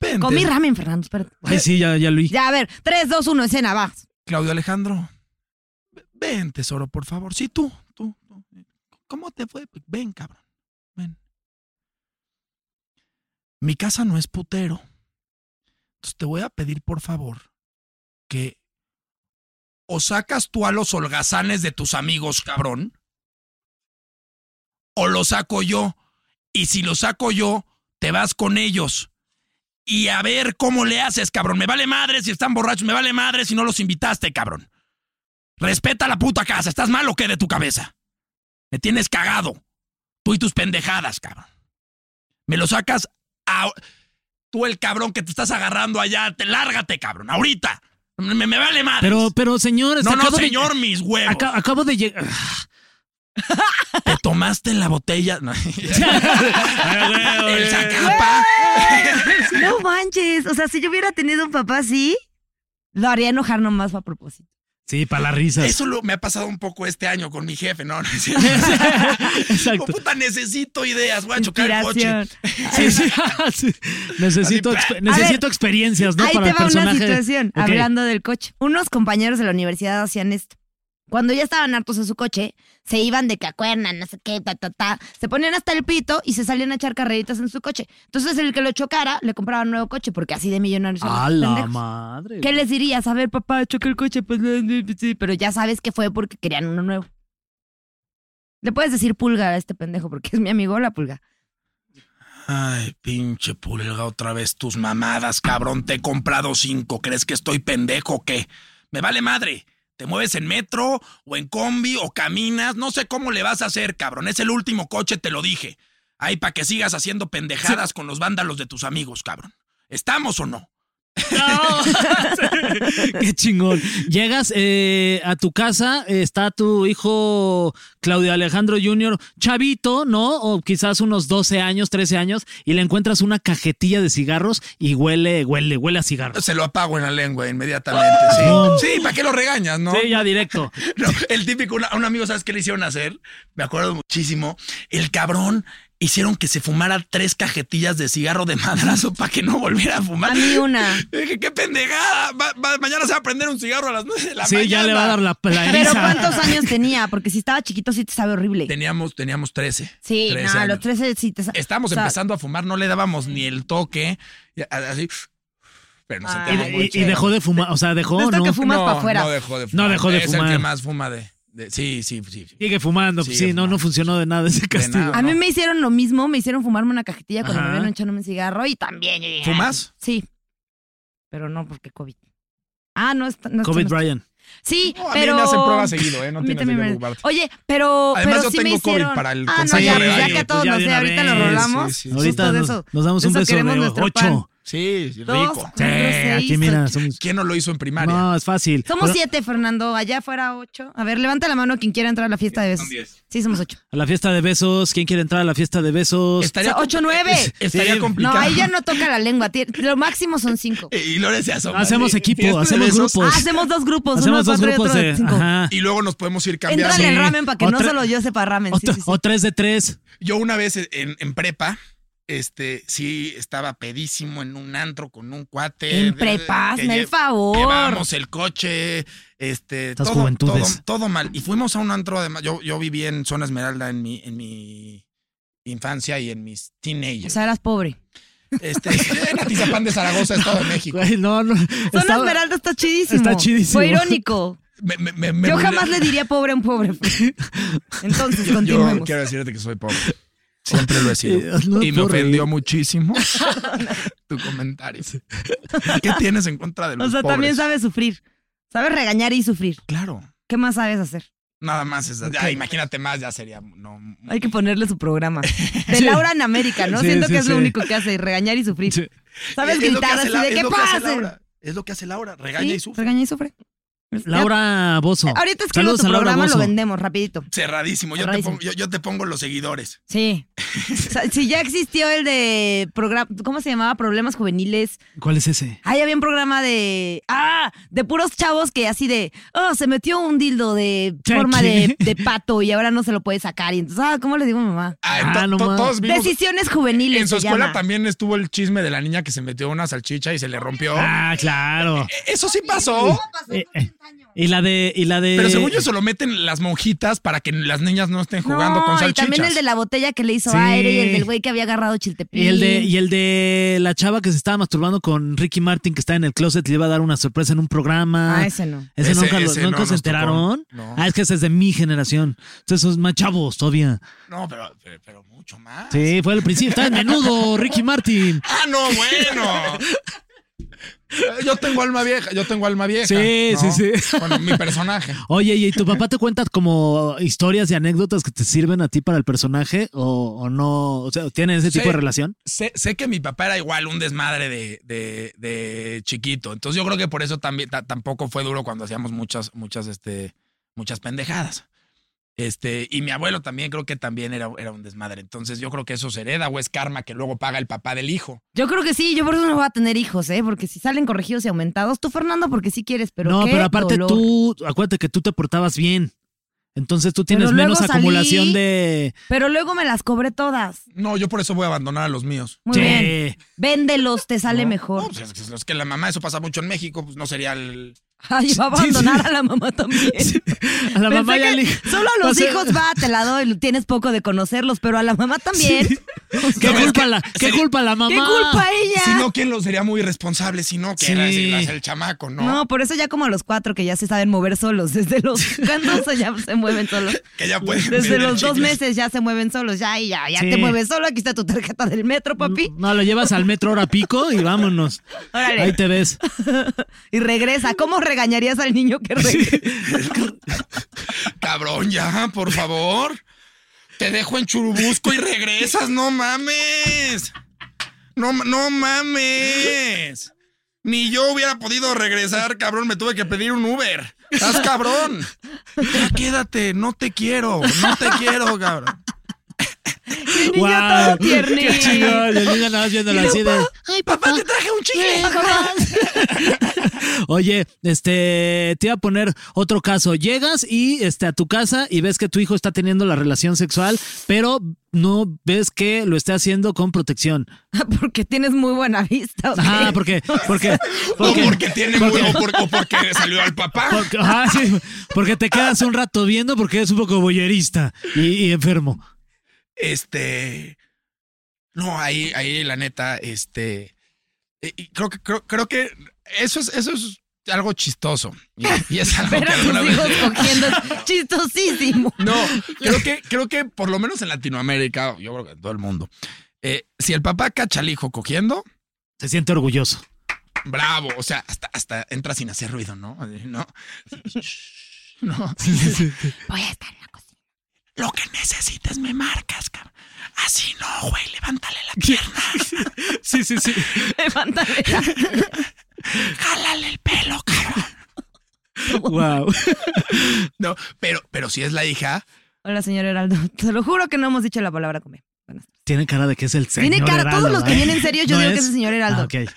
[SPEAKER 4] Vente.
[SPEAKER 3] Comí ramen, Fernando, espérate.
[SPEAKER 2] Ay, sí, ya, ya lo oí.
[SPEAKER 3] Ya, a ver, 3, 2, 1, escena, va.
[SPEAKER 4] Claudio Alejandro. v- Ven, tesoro, por favor. Sí, tú, tú, tú. ¿Cómo te fue? Ven, cabrón. Ven. Mi casa no es putero. Entonces te voy a pedir, por favor, que o sacas tú a los holgazanes de tus amigos, cabrón, o los saco yo. Y si los saco yo, te vas con ellos y a ver cómo le haces, cabrón. Me vale madre si están borrachos, me vale madre si no los invitaste, cabrón. Respeta la puta casa, ¿estás mal o qué de tu cabeza? Me tienes cagado. Tú y tus pendejadas, cabrón. Me lo sacas a... Tú el cabrón que te estás agarrando allá, te lárgate, cabrón, ahorita. Me, me vale madre.
[SPEAKER 2] Pero, pero, señor,
[SPEAKER 4] no, no,
[SPEAKER 2] acabo de-
[SPEAKER 4] señor, mis huevos.
[SPEAKER 2] aca- acabo de llegar.
[SPEAKER 4] Te tomaste en la botella. No.
[SPEAKER 2] eh,
[SPEAKER 4] el sacapa.
[SPEAKER 3] No manches. O sea, si yo hubiera tenido un papá así, lo haría enojar nomás a propósito.
[SPEAKER 2] Sí, para la risa.
[SPEAKER 4] Eso lo- me ha pasado un poco este año con mi jefe, ¿no? no es cierto.
[SPEAKER 2] Exacto.
[SPEAKER 4] Como, puta, necesito ideas, voy a chocar el coche.
[SPEAKER 3] Inspiración.
[SPEAKER 2] Sí, sí, sí. Necesito,
[SPEAKER 4] Así,
[SPEAKER 2] exper-
[SPEAKER 4] a
[SPEAKER 2] necesito experiencias, ¿no?
[SPEAKER 3] Ahí
[SPEAKER 2] para
[SPEAKER 3] te
[SPEAKER 2] el
[SPEAKER 3] va una
[SPEAKER 2] personaje.
[SPEAKER 3] situación,
[SPEAKER 2] Ok.
[SPEAKER 3] hablando del coche. Unos compañeros de la universidad hacían esto. Cuando ya estaban hartos de su coche, se iban de que acuerdan, no sé qué, ta, ta, ta. Se ponían hasta el pito y se salían a echar carreritas en su coche. Entonces, el que lo chocara, le compraba un nuevo coche, porque así de millonarios. son los
[SPEAKER 2] A la
[SPEAKER 3] pendejos.
[SPEAKER 2] madre.
[SPEAKER 3] ¿Qué les dirías? pues, A ver, papá, choqué el coche, pues, sí, pero ya sabes que fue porque querían uno nuevo. Le puedes decir pulga a este pendejo porque es mi amigo la pulga.
[SPEAKER 4] Ay, pinche pulga, otra vez tus mamadas, cabrón. Te he comprado cinco. ¿Crees que estoy pendejo o qué? Me vale madre. Te mueves en metro o en combi o caminas. No sé cómo le vas a hacer, cabrón. Es el último coche, te lo dije. Ahí para que sigas haciendo pendejadas con los vándalos de tus amigos, cabrón. ¿Estamos o no?
[SPEAKER 2] Qué chingón. Llegas eh, a tu casa, eh, está tu hijo Claudio Alejandro Jr., chavito, ¿no? O quizás unos 12 años, 13 años, y le encuentras una cajetilla de cigarros y huele, huele, huele a cigarros.
[SPEAKER 4] Se lo apago en la lengua inmediatamente, ¿sí?
[SPEAKER 2] Ah,
[SPEAKER 4] Sí, ¿para qué lo regañas, no?
[SPEAKER 2] Sí, ya directo.
[SPEAKER 4] No, el típico, una- a un amigo, ¿sabes qué le hicieron hacer? Me acuerdo muchísimo. El cabrón hicieron que se fumara tres cajetillas de cigarro de madrazo para que no volviera a fumar.
[SPEAKER 3] A mí una.
[SPEAKER 4] Dije, qué pendejada. Va- va- mañana se va a prender un cigarro a las nueve de la
[SPEAKER 2] sí,
[SPEAKER 4] mañana.
[SPEAKER 2] ya le va a dar la, la
[SPEAKER 3] Pero
[SPEAKER 2] eriza.
[SPEAKER 3] ¿cuántos años tenía? Porque si estaba chiquito sí te sabe horrible.
[SPEAKER 4] Teníamos, teníamos 13.
[SPEAKER 3] Sí,
[SPEAKER 4] 13
[SPEAKER 3] no, a
[SPEAKER 4] años.
[SPEAKER 3] los 13 sí te sabe.
[SPEAKER 4] Estamos empezando a fumar, no le dábamos ni el toque. y a- Así. Pero nos
[SPEAKER 3] Ah,
[SPEAKER 2] Y,
[SPEAKER 4] sentíamos muy
[SPEAKER 2] y- y dejó de fumar, o sea, dejó,
[SPEAKER 3] No está
[SPEAKER 2] ¿no?
[SPEAKER 3] que fumas para afuera.
[SPEAKER 4] No dejó de
[SPEAKER 2] No
[SPEAKER 4] fumar.
[SPEAKER 2] dejó de
[SPEAKER 4] es
[SPEAKER 2] fumar.
[SPEAKER 4] el que más fuma de. de- sí, sí, sí. sí.
[SPEAKER 2] Sigue fumando, pues
[SPEAKER 4] Sigue
[SPEAKER 2] sí, no, no
[SPEAKER 4] fumando.
[SPEAKER 2] funcionó de nada ese castigo.
[SPEAKER 4] nada.
[SPEAKER 3] A mí me hicieron lo mismo, me hicieron fumarme una cajetilla cuando
[SPEAKER 2] Ajá.
[SPEAKER 3] me habían echado un cigarro y también. yo dije,
[SPEAKER 4] ¿Fumas?
[SPEAKER 3] Sí. Pero no porque COVID. Ah, no está. No está-
[SPEAKER 2] COVID
[SPEAKER 3] no está-
[SPEAKER 2] Brian.
[SPEAKER 3] Sí,
[SPEAKER 4] No, a mí
[SPEAKER 3] pero.
[SPEAKER 4] me hacen pruebas seguido, ¿eh? No
[SPEAKER 3] A mí
[SPEAKER 4] tienes
[SPEAKER 3] también
[SPEAKER 4] de qué
[SPEAKER 3] me-
[SPEAKER 4] preocuparte.
[SPEAKER 3] Oye, pero.
[SPEAKER 4] Además,
[SPEAKER 3] pero
[SPEAKER 4] yo
[SPEAKER 3] sí me
[SPEAKER 4] tengo COVID
[SPEAKER 3] hicieron-
[SPEAKER 4] para el
[SPEAKER 3] Ah, no,
[SPEAKER 4] consejo
[SPEAKER 3] ya,
[SPEAKER 4] de
[SPEAKER 3] ya
[SPEAKER 4] año.
[SPEAKER 3] que a
[SPEAKER 4] Pues
[SPEAKER 3] todos
[SPEAKER 2] ya
[SPEAKER 3] nos
[SPEAKER 2] de
[SPEAKER 3] dé,
[SPEAKER 2] una
[SPEAKER 3] ahorita
[SPEAKER 2] vez.
[SPEAKER 3] lo rolamos.
[SPEAKER 4] Sí, sí, sí.
[SPEAKER 2] Ahorita
[SPEAKER 3] Justo de
[SPEAKER 2] nos,
[SPEAKER 3] eso.
[SPEAKER 2] nos damos
[SPEAKER 3] de
[SPEAKER 2] un
[SPEAKER 3] eso
[SPEAKER 2] beso
[SPEAKER 3] queremos
[SPEAKER 2] de
[SPEAKER 3] nuestro
[SPEAKER 2] 8.
[SPEAKER 4] Sí, rico.
[SPEAKER 3] Dos,
[SPEAKER 2] Sí,
[SPEAKER 3] cuatro, seis,
[SPEAKER 2] aquí mira,
[SPEAKER 3] ocho.
[SPEAKER 2] somos,
[SPEAKER 4] ¿Quién no lo hizo en primaria?
[SPEAKER 2] no, es fácil.
[SPEAKER 3] Somos
[SPEAKER 2] Pero-
[SPEAKER 3] siete, Fernando. Allá afuera ocho. A ver, levanta la mano quien quiera entrar a la fiesta de besos. Sí, somos ocho.
[SPEAKER 2] A la fiesta de besos, ¿quién quiere entrar a la fiesta de besos?
[SPEAKER 3] O sea, ocho, nueve.
[SPEAKER 4] Estaría
[SPEAKER 2] Sí. Eh,
[SPEAKER 3] No,
[SPEAKER 4] complicado.
[SPEAKER 3] ahí ya no toca la lengua. tie- Lo máximo son cinco.
[SPEAKER 4] Y Lore se asoma.
[SPEAKER 2] Hacemos
[SPEAKER 4] Sí,
[SPEAKER 2] equipo,
[SPEAKER 4] fiesta de
[SPEAKER 2] hacemos
[SPEAKER 4] besos.
[SPEAKER 2] grupos.
[SPEAKER 3] Ah, hacemos dos grupos.
[SPEAKER 2] pues, Hacemos
[SPEAKER 3] uno
[SPEAKER 2] dos
[SPEAKER 3] cuatro y
[SPEAKER 2] grupos
[SPEAKER 3] otro
[SPEAKER 2] de.
[SPEAKER 3] cinco.
[SPEAKER 2] Ajá.
[SPEAKER 4] Y luego nos podemos ir cambiando.
[SPEAKER 3] Entrale
[SPEAKER 2] Sí.
[SPEAKER 3] el ramen para que
[SPEAKER 2] O
[SPEAKER 3] no
[SPEAKER 2] tre-
[SPEAKER 3] solo yo sepa ramen.
[SPEAKER 2] O,
[SPEAKER 3] sí,
[SPEAKER 2] tre-
[SPEAKER 3] sí, sí.
[SPEAKER 2] o tres de tres.
[SPEAKER 4] Yo una vez e, en, en prepa, este, sí estaba pedísimo en un antro con un cuate.
[SPEAKER 3] En prepa,
[SPEAKER 4] Que
[SPEAKER 3] hazme el
[SPEAKER 4] lle-
[SPEAKER 3] favor.
[SPEAKER 4] Llevábamos el coche, este,
[SPEAKER 2] Estas
[SPEAKER 4] todo,
[SPEAKER 2] juventudes.
[SPEAKER 4] todo- todo mal. Y fuimos a un antro, además, yo, yo viví en Zona Esmeralda en mi, en mi infancia y en mis
[SPEAKER 3] O
[SPEAKER 4] teenagers.
[SPEAKER 3] sea, eras pobre.
[SPEAKER 4] este, en Atizapán de Zaragoza, Estado de México.
[SPEAKER 2] Güey, no, no.
[SPEAKER 3] Zona
[SPEAKER 2] Estaba-
[SPEAKER 3] Esmeralda está chidísimo.
[SPEAKER 2] está chidísimo.
[SPEAKER 3] Fue irónico.
[SPEAKER 4] Me- me- me- me
[SPEAKER 3] Yo
[SPEAKER 4] bulea-
[SPEAKER 3] jamás le diría pobre a un pobre. Entonces,
[SPEAKER 4] Yo
[SPEAKER 3] continuemos.
[SPEAKER 4] quiero decirte que soy pobre. Siempre lo he sido.
[SPEAKER 2] Eh, no,
[SPEAKER 4] y me
[SPEAKER 2] pobre.
[SPEAKER 4] ofendió muchísimo tu comentario. ¿Qué tienes en contra de los
[SPEAKER 3] O sea,
[SPEAKER 4] pobres?
[SPEAKER 3] también sabes sufrir. Sabes regañar y sufrir.
[SPEAKER 4] Claro.
[SPEAKER 3] ¿Qué más sabes hacer?
[SPEAKER 4] Nada más es. ya, imagínate más, ya sería. No,
[SPEAKER 3] Hay que ponerle su programa. De Laura en América, ¿no?
[SPEAKER 2] Sí,
[SPEAKER 3] Siento
[SPEAKER 2] sí,
[SPEAKER 3] que es lo
[SPEAKER 2] sí.
[SPEAKER 3] único que hace, regañar y sufrir.
[SPEAKER 2] Sí.
[SPEAKER 3] Sabes
[SPEAKER 4] Es lo que
[SPEAKER 3] gritar
[SPEAKER 4] hace
[SPEAKER 3] así
[SPEAKER 4] la-
[SPEAKER 3] de
[SPEAKER 4] es
[SPEAKER 3] que
[SPEAKER 4] lo que hace
[SPEAKER 3] pasen.
[SPEAKER 4] Laura. Es lo que hace Laura. Regaña
[SPEAKER 3] Sí,
[SPEAKER 4] y sufre.
[SPEAKER 3] Regaña y sufre.
[SPEAKER 2] Laura Bozo.
[SPEAKER 3] Ya. Ahorita escribo
[SPEAKER 2] Saludos
[SPEAKER 3] tu
[SPEAKER 2] a Laura
[SPEAKER 3] programa, lo
[SPEAKER 2] Bozzo.
[SPEAKER 3] vendemos rapidito.
[SPEAKER 4] Cerradísimo. Yo,
[SPEAKER 3] Cerradísimo.
[SPEAKER 4] Te pongo, yo, yo te pongo los seguidores.
[SPEAKER 3] Sí. O sea, si ya existió el de programa, ¿cómo se llamaba? Problemas juveniles.
[SPEAKER 2] ¿Cuál es ese?
[SPEAKER 3] Ahí había un programa de. ¡Ah! De puros chavos que así de. ¡Oh! Se metió un dildo de
[SPEAKER 2] Ya,
[SPEAKER 3] forma
[SPEAKER 2] ¿qué?
[SPEAKER 3] de, de pato y ahora no se lo puede sacar. Y entonces, ah, ¿cómo le digo a mamá?
[SPEAKER 4] Ah,
[SPEAKER 2] Ah,
[SPEAKER 4] to-
[SPEAKER 2] no
[SPEAKER 4] to-
[SPEAKER 2] más.
[SPEAKER 4] todos vimos.
[SPEAKER 3] Decisiones juveniles.
[SPEAKER 4] en su
[SPEAKER 3] se
[SPEAKER 4] escuela
[SPEAKER 3] llama.
[SPEAKER 4] también estuvo el chisme de la niña que se metió una salchicha y se le rompió.
[SPEAKER 2] Ah, claro.
[SPEAKER 4] Eso sí pasó.
[SPEAKER 2] Eh, eh, y la de. Y la de
[SPEAKER 4] Pero según yo se lo meten las monjitas para que las niñas no estén jugando
[SPEAKER 3] no,
[SPEAKER 4] con
[SPEAKER 3] y
[SPEAKER 4] salchichas.
[SPEAKER 3] también el de la botella que le hizo
[SPEAKER 2] Sí.
[SPEAKER 3] aire y el del güey que había agarrado chiltepín.
[SPEAKER 2] y el de y el de la chava que se estaba masturbando con Ricky Martin que está en el closet le iba a dar una sorpresa en un programa.
[SPEAKER 3] Ah, ese no.
[SPEAKER 2] Ese,
[SPEAKER 4] Ese-
[SPEAKER 2] nunca, lo-
[SPEAKER 4] ese
[SPEAKER 2] nunca
[SPEAKER 4] no
[SPEAKER 2] se
[SPEAKER 4] nos tocó.
[SPEAKER 2] enteraron.
[SPEAKER 4] No.
[SPEAKER 2] Ah, es que ese es de mi generación. Entonces son más chavos todavía.
[SPEAKER 4] No, pero, pero, pero mucho más.
[SPEAKER 2] Sí, fue al principio. Está en menudo, Ricky Martin.
[SPEAKER 4] Ah, no, bueno. Eh, Yo tengo alma vieja, yo tengo alma vieja.
[SPEAKER 2] Sí,
[SPEAKER 4] ¿no?
[SPEAKER 2] sí, sí.
[SPEAKER 4] Bueno, mi personaje.
[SPEAKER 2] Oye, ¿y tu papá te cuenta como historias y anécdotas que te sirven a ti para el personaje o, o no? O sea, ¿tienen ese tipo
[SPEAKER 4] Sí.
[SPEAKER 2] de relación?
[SPEAKER 4] Sé, sé que mi papá era igual un desmadre de, de- de chiquito. Entonces yo creo que por eso también ta- tampoco fue duro cuando hacíamos muchas, muchas, este, muchas pendejadas. Este, y mi abuelo también creo que también era, era un desmadre. Entonces yo creo que eso se hereda o es karma que luego paga el papá del hijo.
[SPEAKER 3] Yo creo que sí, yo por eso no voy a tener hijos, ¿eh? Porque si salen corregidos y aumentados, tú, Fernando, porque sí quieres, pero.
[SPEAKER 2] no,
[SPEAKER 3] qué
[SPEAKER 2] pero aparte
[SPEAKER 3] dolor.
[SPEAKER 2] tú, acuérdate que tú te portabas bien. Entonces tú tienes
[SPEAKER 3] Pero luego
[SPEAKER 2] menos
[SPEAKER 3] salí-
[SPEAKER 2] acumulación de...
[SPEAKER 3] Pero luego me las cobré todas.
[SPEAKER 4] No, yo por eso voy a abandonar a los míos.
[SPEAKER 3] Muy
[SPEAKER 2] Sí.
[SPEAKER 3] bien. Véndelos, te sale
[SPEAKER 4] No,
[SPEAKER 3] mejor.
[SPEAKER 4] pues, es- es- es que la mamá, eso pasa mucho en México, pues no sería el.
[SPEAKER 3] Ay, va a
[SPEAKER 2] Sí, sí.
[SPEAKER 3] abandonar a la mamá también.
[SPEAKER 2] A la
[SPEAKER 3] Pensé
[SPEAKER 2] mamá ya
[SPEAKER 3] que
[SPEAKER 2] le... Pues, eh,
[SPEAKER 3] Solo a
[SPEAKER 2] O
[SPEAKER 3] los
[SPEAKER 2] sea,
[SPEAKER 3] hijos va, te la doy, tienes poco de conocerlos, pero a la mamá también.
[SPEAKER 2] ¿Qué,
[SPEAKER 4] No, es
[SPEAKER 2] culpa,
[SPEAKER 4] que-
[SPEAKER 2] la, ¿qué culpa la mamá?
[SPEAKER 3] ¿Qué culpa ella?
[SPEAKER 4] Si no, ¿quién lo sería muy irresponsable? Si no, que era
[SPEAKER 2] Sí.
[SPEAKER 4] era el chamaco, ¿no?
[SPEAKER 3] No, por eso ya como a los cuatro que ya se saben mover solos, desde los ¿cuántos ya se mueven solos.
[SPEAKER 4] Que ya pueden
[SPEAKER 3] Desde
[SPEAKER 4] vender
[SPEAKER 3] los dos
[SPEAKER 4] chicles.
[SPEAKER 3] meses ya se mueven solos, ya y ya, ya
[SPEAKER 2] Sí. Mm.
[SPEAKER 3] te mueves solo, aquí está tu tarjeta del metro, papi.
[SPEAKER 2] No, lo llevas al metro hora pico y vámonos.
[SPEAKER 3] Órale.
[SPEAKER 2] Ahí te ves.
[SPEAKER 3] Y regresa. ¿Cómo regañarías al niño que regresa?
[SPEAKER 4] Cabrón, ya, por favor. Te dejo en Churubusco y regresas, no mames. No, ma- no mames. Ni yo hubiera podido regresar, cabrón. Me tuve que pedir un Uber. Estás cabrón. Ya quédate, no te quiero. No te quiero, cabrón.
[SPEAKER 3] El niño
[SPEAKER 2] Guau,
[SPEAKER 3] todo tiernito.
[SPEAKER 2] Qué chido. Y el niño nada más viéndolo así de. Ay, papá.
[SPEAKER 4] Papá, te traje un chicle.
[SPEAKER 2] Oye, este, te iba a poner otro caso. Llegas y este, a tu casa y ves que tu hijo está teniendo la relación sexual, pero no ves que lo esté haciendo con protección.
[SPEAKER 3] Porque tienes muy buena vista. ¿ok?
[SPEAKER 2] Ajá, porque, porque,
[SPEAKER 4] O porque tiene muy- o, por- o porque salió al papá.
[SPEAKER 2] porque- ajá, sí, porque te quedas un rato viendo porque eres un poco boyerista y, y enfermo.
[SPEAKER 4] Este. No, ahí, ahí, la neta, este. eh, y creo que, creo, creo que eso es, eso es algo chistoso. Y, y es algo
[SPEAKER 3] Ver
[SPEAKER 4] que
[SPEAKER 3] a tus
[SPEAKER 4] alguna vez-
[SPEAKER 3] hijos cogiendo es chistosísimo.
[SPEAKER 4] No, creo que, creo que por lo menos en Latinoamérica, yo creo que en todo el mundo. eh, si el papá cacha al hijo cogiendo,
[SPEAKER 2] Se siente orgulloso.
[SPEAKER 4] bravo. O sea, hasta, hasta entra sin hacer ruido, ¿no? Así, No. No.
[SPEAKER 3] Voy a estar en la cocina.
[SPEAKER 4] Lo que necesites me marcas, cabrón. Así no, güey, levántale la pierna.
[SPEAKER 2] Sí, sí, sí.
[SPEAKER 3] Levántale la-
[SPEAKER 4] Jálale el pelo, cabrón.
[SPEAKER 2] Wow.
[SPEAKER 4] No, pero, pero si es la hija,
[SPEAKER 3] Hola, señor Heraldo. Te lo juro que no hemos dicho la palabra comer. Buenas tardes.
[SPEAKER 2] Tiene cara de que es el señor.
[SPEAKER 3] Tiene cara- todos
[SPEAKER 2] Heraldo,
[SPEAKER 3] los que
[SPEAKER 2] ¿eh?
[SPEAKER 3] vienen serios, yo digo que es el señor Heraldo.
[SPEAKER 2] Ah, ok.
[SPEAKER 4] eh,